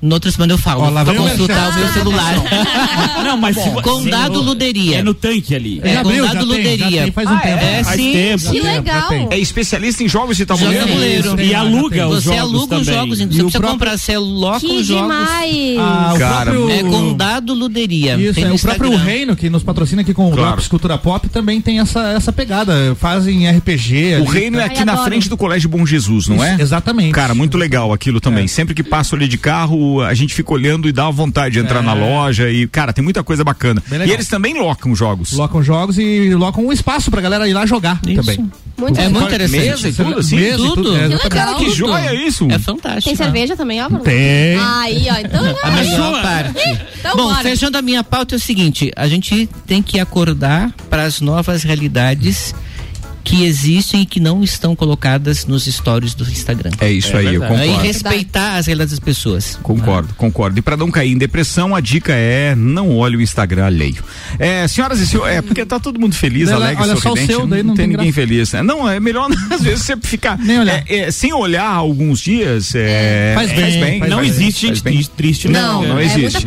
E: No outro semana eu falo.
B: Ó, lá
E: vou
B: vem o
E: consultar o meu
B: merchan.
E: celular.
B: Não, mas
E: Tá
B: se vo-
E: Condado
B: se-
E: Luderia.
B: É no tanque ali.
E: É, Já abriu, Condado já tem, Luderia. já tem, faz um Ah, tempo. é?
B: Faz
E: Sim.
B: tempo.
E: Que legal.
A: É especialista em jogos de
E: Joga
A: tabuleiro.
E: tabuleiro.
B: E aluga os
E: Você
B: jogos
E: aluga os
B: também.
E: jogos, então
B: E
E: você
B: o
E: precisa
B: próprio-
E: comprar, você loca
B: Que
E: os jogos.
B: demais.
H: Ah, o próprio-
E: É Condado Luderia.
H: Isso,
E: Tem
H: é
E: no
H: o próprio
E: Instagram.
H: Reino que nos patrocina aqui com o Drops Cultura Pop também tem essa, essa pegada. Fazem RPG.
A: O
H: ali,
A: reino é
H: tá?
A: aqui na frente do Colégio Bom Jesus, não é?
H: Isso, exatamente.
A: Cara, muito legal aquilo
E: É.
A: também. Sempre que passo ali de carro, a gente fica olhando e dá vontade de
E: É.
A: entrar na loja e, cara, tem muita coisa bacana.
H: Bem
A: E
H: legal.
A: eles também locam jogos.
H: Locam jogos e locam um espaço pra galera ir lá jogar também.
D: Muito
H: é
D: legal.
H: muito interessante.
A: Mesa e tudo, assim?
H: Mesa e tudo, é,
A: Tudo? Que
H: exatamente.
A: legal. Que joia isso. É
E: fantástico.
D: Tem cerveja também, ó, Bruno?
E: Tem.
D: Aí, ó, então já.
E: A melhor parte.
D: Então
E: Bom,
D: bora.
E: fechando a minha pauta é o seguinte: a gente tem que acordar para as novas realidades que existem e que não estão colocadas nos stories do Instagram.
A: É isso aí, eu
E: É, E
A: concordo.
E: respeitar as realidades das pessoas.
A: Concordo, concordo. E pra não cair em depressão, a dica é não olhe o Instagram alheio. É, senhoras e senhores, é porque tá todo mundo feliz,
H: Olha-
A: alegre,
H: olha só o
A: sorridente.
H: seu, daí
A: não
H: não
A: tem
H: tem
A: ninguém
H: graça.
A: feliz. né? Não, é melhor às vezes você ficar é, é, sem olhar alguns dias. é,
B: Faz bem, faz
A: Não
B: bem.
A: existe
B: Faz
A: gente
B: bem.
A: triste.
B: Não,
A: Não, não
B: é
A: existe.
B: muita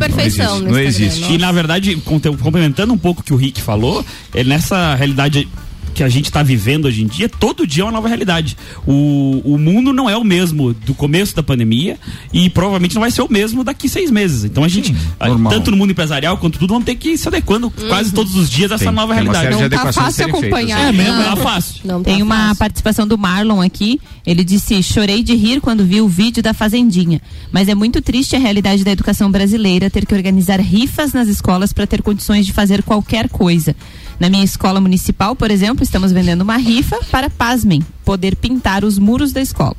A: Não
D: perfeição
A: existe.
D: no
A: Não
D: Instagram,
A: existe.
B: E na verdade, conte- complementando um pouco o que o Rick falou, é nessa realidade que a gente está vivendo hoje em dia, todo dia é uma nova realidade. O, o mundo não é o mesmo do começo da pandemia e provavelmente não vai ser o mesmo daqui seis meses. Então a gente, a- tanto no mundo empresarial quanto tudo, vão ter que ir se adequando quase todos os dias a essa
A: Tem-
B: nova
A: tem uma
B: realidade.
A: série de
B: Não tá
A: adequações
B: fácil
A: a serem
B: acompanhar.
A: feitas,
B: É
A: Uhum. né?
B: mesmo,
A: Não.
B: tá fácil.
G: Tem uma participação do Marlon aqui. Ele disse: chorei de rir quando vi o vídeo da Fazendinha. Mas é muito triste a realidade da educação brasileira ter que organizar rifas nas escolas para ter condições de fazer qualquer coisa. Na minha escola municipal, por exemplo, estamos vendendo uma rifa para, pasmem, poder pintar os muros da escola.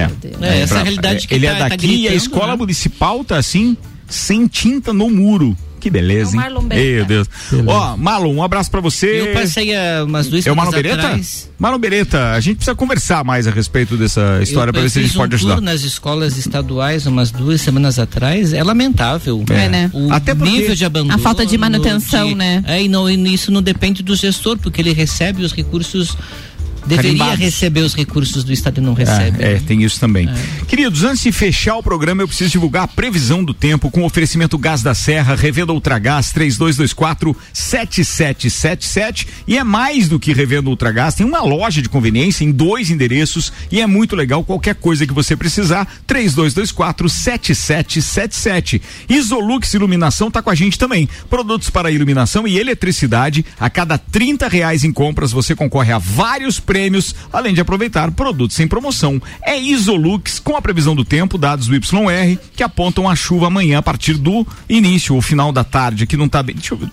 A: É.
E: É, essa
A: pra-
E: realidade que
A: Ele
E: tá-
A: é
E: tá
A: daqui e a
E: gritando,
A: escola
E: né?
A: municipal tá assim, sem tinta no muro. Que beleza, hein?
E: Marlon Beretta.
A: Meu Deus. Ó, Marlon, um abraço pra você.
E: Eu passei ah, umas duas
A: É o Marlon
E: semanas
A: Beretta?
E: atrás.
A: Marlon Beretta, a gente precisa conversar mais a respeito dessa história
E: eu,
A: pra ver se a
E: fiz
A: gente pode
E: um
A: ajudar.
E: tour nas escolas estaduais umas duas semanas atrás. É lamentável.
A: É, né?
E: O
A: Até porque-
E: nível de abandono.
G: A falta de manutenção,
E: de-
G: né?
E: É, e, não, e isso não depende do gestor, porque ele recebe os recursos Deveria
A: Carimbados.
E: receber os recursos do Estado e não recebe.
A: É,
E: né?
A: é, tem isso também. Queridos, antes de fechar o programa, eu preciso divulgar a previsão do tempo com oferecimento Gás da Serra, Revenda Ultragás 3224 7777 e é mais do que Revenda Ultragás, tem uma loja de conveniência em dois endereços e é muito legal qualquer coisa que você precisar 3224 7777. Isolux Iluminação tá com a gente também. Produtos para iluminação e eletricidade, a cada 30 reais em compras você concorre a vários prêmios, além de aproveitar produtos em promoção. É Isolux com a previsão do tempo, dados do YR, que apontam a chuva amanhã a partir do início ou final da tarde, que não tá bem. Deixa eu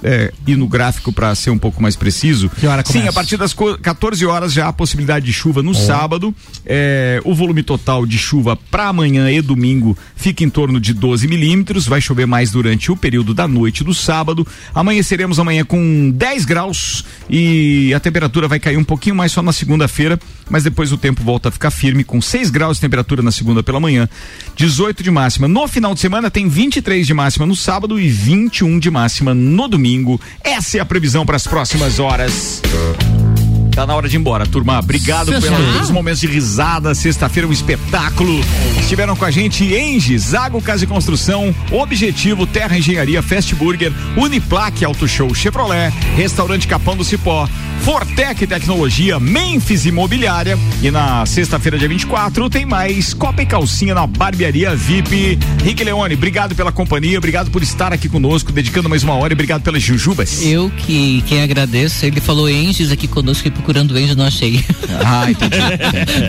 A: é, ir no gráfico para ser um pouco mais preciso. Sim,
H: começa?
A: a partir das co- 14 horas já há possibilidade de chuva no sábado. É, o volume total de chuva para amanhã e domingo fica em torno de 12 milímetros. Vai chover mais durante o período da noite do sábado. Amanheceremos amanhã com 10 graus e a temperatura vai cair um pouquinho mais só na segunda-feira, mas depois o tempo volta a ficar firme com 6 graus de temperatura na segunda pela manhã, 18 de máxima. No final de semana tem 23 de máxima no sábado e 21 de máxima no domingo. Essa é a previsão para as próximas horas. Tá na hora de ir embora, turma. Obrigado
H: Você já?
A: pelos momentos de risada. Sexta-feira, um espetáculo. Estiveram com a gente Engie, Zago Casa de Construção, Objetivo, Terra Engenharia, Fast Burger, Uniplaque Auto Show Chevrolet, Restaurante Capão do Cipó, Fortec Tecnologia, Memphis Imobiliária. E na sexta-feira, dia 24, tem mais Copa e Calcinha na Barbearia VIP. Rick Leone, obrigado pela companhia, obrigado por estar aqui conosco, dedicando mais uma hora e obrigado pelas jujubas.
E: Eu que quem agradeço, ele falou Enges aqui conosco e procurando Enges não achei.
A: Ah, entendi.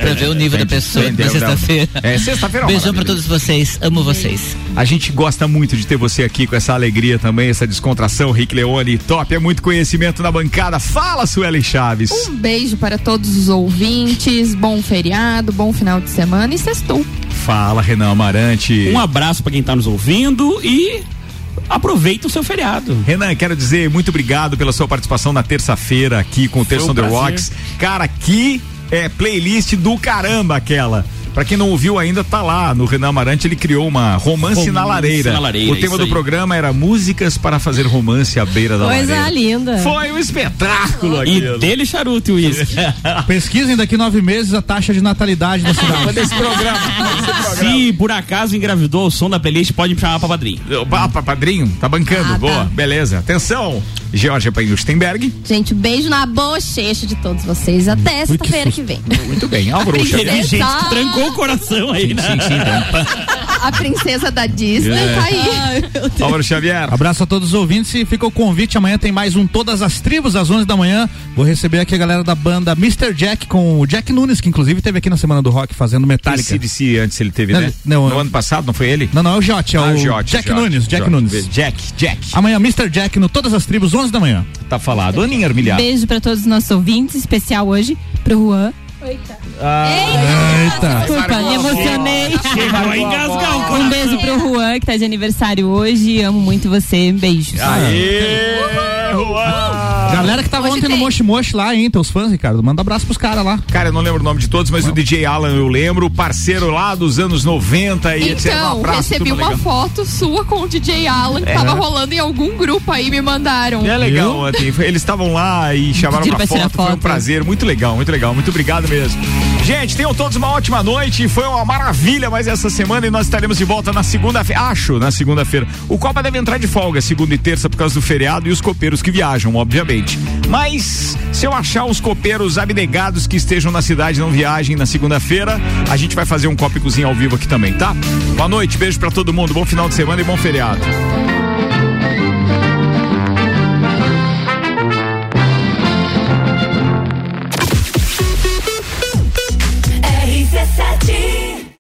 E: pra ver o nível da pessoa
A: Entendeu,
E: na sexta-feira.
A: não. É, sexta-feira é uma
E: Beijão pra todos vocês, amo vocês.
A: A gente gosta muito de ter você aqui com essa alegria também, essa descontração, Rick Leone. Top, é muito conhecimento na bancada. Fala, Suelen Chaves.
B: Hum.
F: Um beijo para todos os ouvintes, bom feriado, bom final de semana e sextou.
A: Fala, Renan Amarante.
B: Um abraço para quem tá nos ouvindo e aproveita o seu feriado.
A: Renan, quero dizer muito obrigado pela sua participação na terça-feira aqui com o
B: Foi
A: Terça
B: um
A: on the
B: prazer.
A: Rocks. Cara, que é, playlist do caramba aquela. Pra quem não ouviu ainda, tá lá no Renan Amarante, ele criou uma romance,
B: Romance
A: na lareira.
B: na lareira,
A: o tema
B: isso
A: do
B: aí.
A: programa era músicas para fazer romance à beira da lareira.
D: Coisa linda.
A: Foi um espetáculo
B: E dele charuto e uísque.
H: Pesquisem daqui nove meses a taxa de natalidade da cidade.
B: Se por acaso engravidou o som da playlist, pode me chamar pra padrinho.
A: Pra padrinho? Tá
B: Ah,
A: bancando? Boa, beleza. Atenção, Georgia Painhustenberg.
D: Gente, um beijo na bochecha de todos vocês. Até sexta-feira que vem.
A: Muito bem, Álvaro
D: A
A: Xavier.
D: princesa-
B: Gente, trancou o coração aí, né?
D: A princesa da Disney
H: É.
D: tá aí.
A: Álvaro Xavier.
H: Abraço a todos os ouvintes e fica o convite. Amanhã tem mais um Todas as Tribos às 11 da manhã. Vou receber aqui a galera da banda Mr. Jack com o Jack Nunes, que inclusive teve aqui na Semana do Rock fazendo Metallica.
A: Esse DC antes ele teve,
H: Não,
A: né?
H: não,
A: no ano passado, não foi ele?
H: Não, não, é o Jote, é
A: Ah,
H: o
A: Jote,
H: Jack
A: Jote,
H: Nunes, Jack
A: Jote.
H: Nunes.
A: Jack, Jack.
H: Amanhã Mr. Jack no Todas as Tribos, 11 da manhã.
A: Tá falado. Aninha Armilhada.
G: Beijo pra todos os nossos ouvintes, especial hoje pro Juan.
H: Eita!
G: Desculpa, me emocionei.
B: Chegou a engasgar o
G: Um
B: coração.
G: beijo pro Juan, que tá de aniversário hoje. Amo muito você. Beijo.
A: Aê, Juan!
H: Ah. Galera que tava ontem no Moshi Moshi lá, hein? Teus fãs, Ricardo. Manda abraço pros caras lá.
A: Cara, eu não lembro o nome de todos, mas o DJ Alan eu lembro, parceiro lá dos anos 90 e etc. Um
F: Então,
A: abraço,
F: recebi
A: turma
F: uma
A: legal.
F: foto sua com o DJ Alan, que
A: É.
F: tava rolando em algum grupo aí, me mandaram.
A: É legal ontem. Foi- Eles estavam lá e chamaram
F: Pediram pra
A: pra, foto,
F: tirar
A: Foi um
F: foto.
A: prazer. Muito legal, muito legal. Muito obrigado mesmo. Gente, tenham todos uma ótima noite. Foi uma maravilha mais essa semana e nós estaremos de volta na segunda-feira. Acho, na segunda-feira. O Copa deve entrar de folga segunda e terça por causa do feriado e os copeiros que viajam, obviamente. Mas se eu achar os copeiros abnegados que estejam na cidade e não viajem na segunda-feira, a gente vai fazer um copo e cozinha ao vivo aqui também, tá? Boa noite, beijo pra todo mundo. Bom final de semana e bom feriado.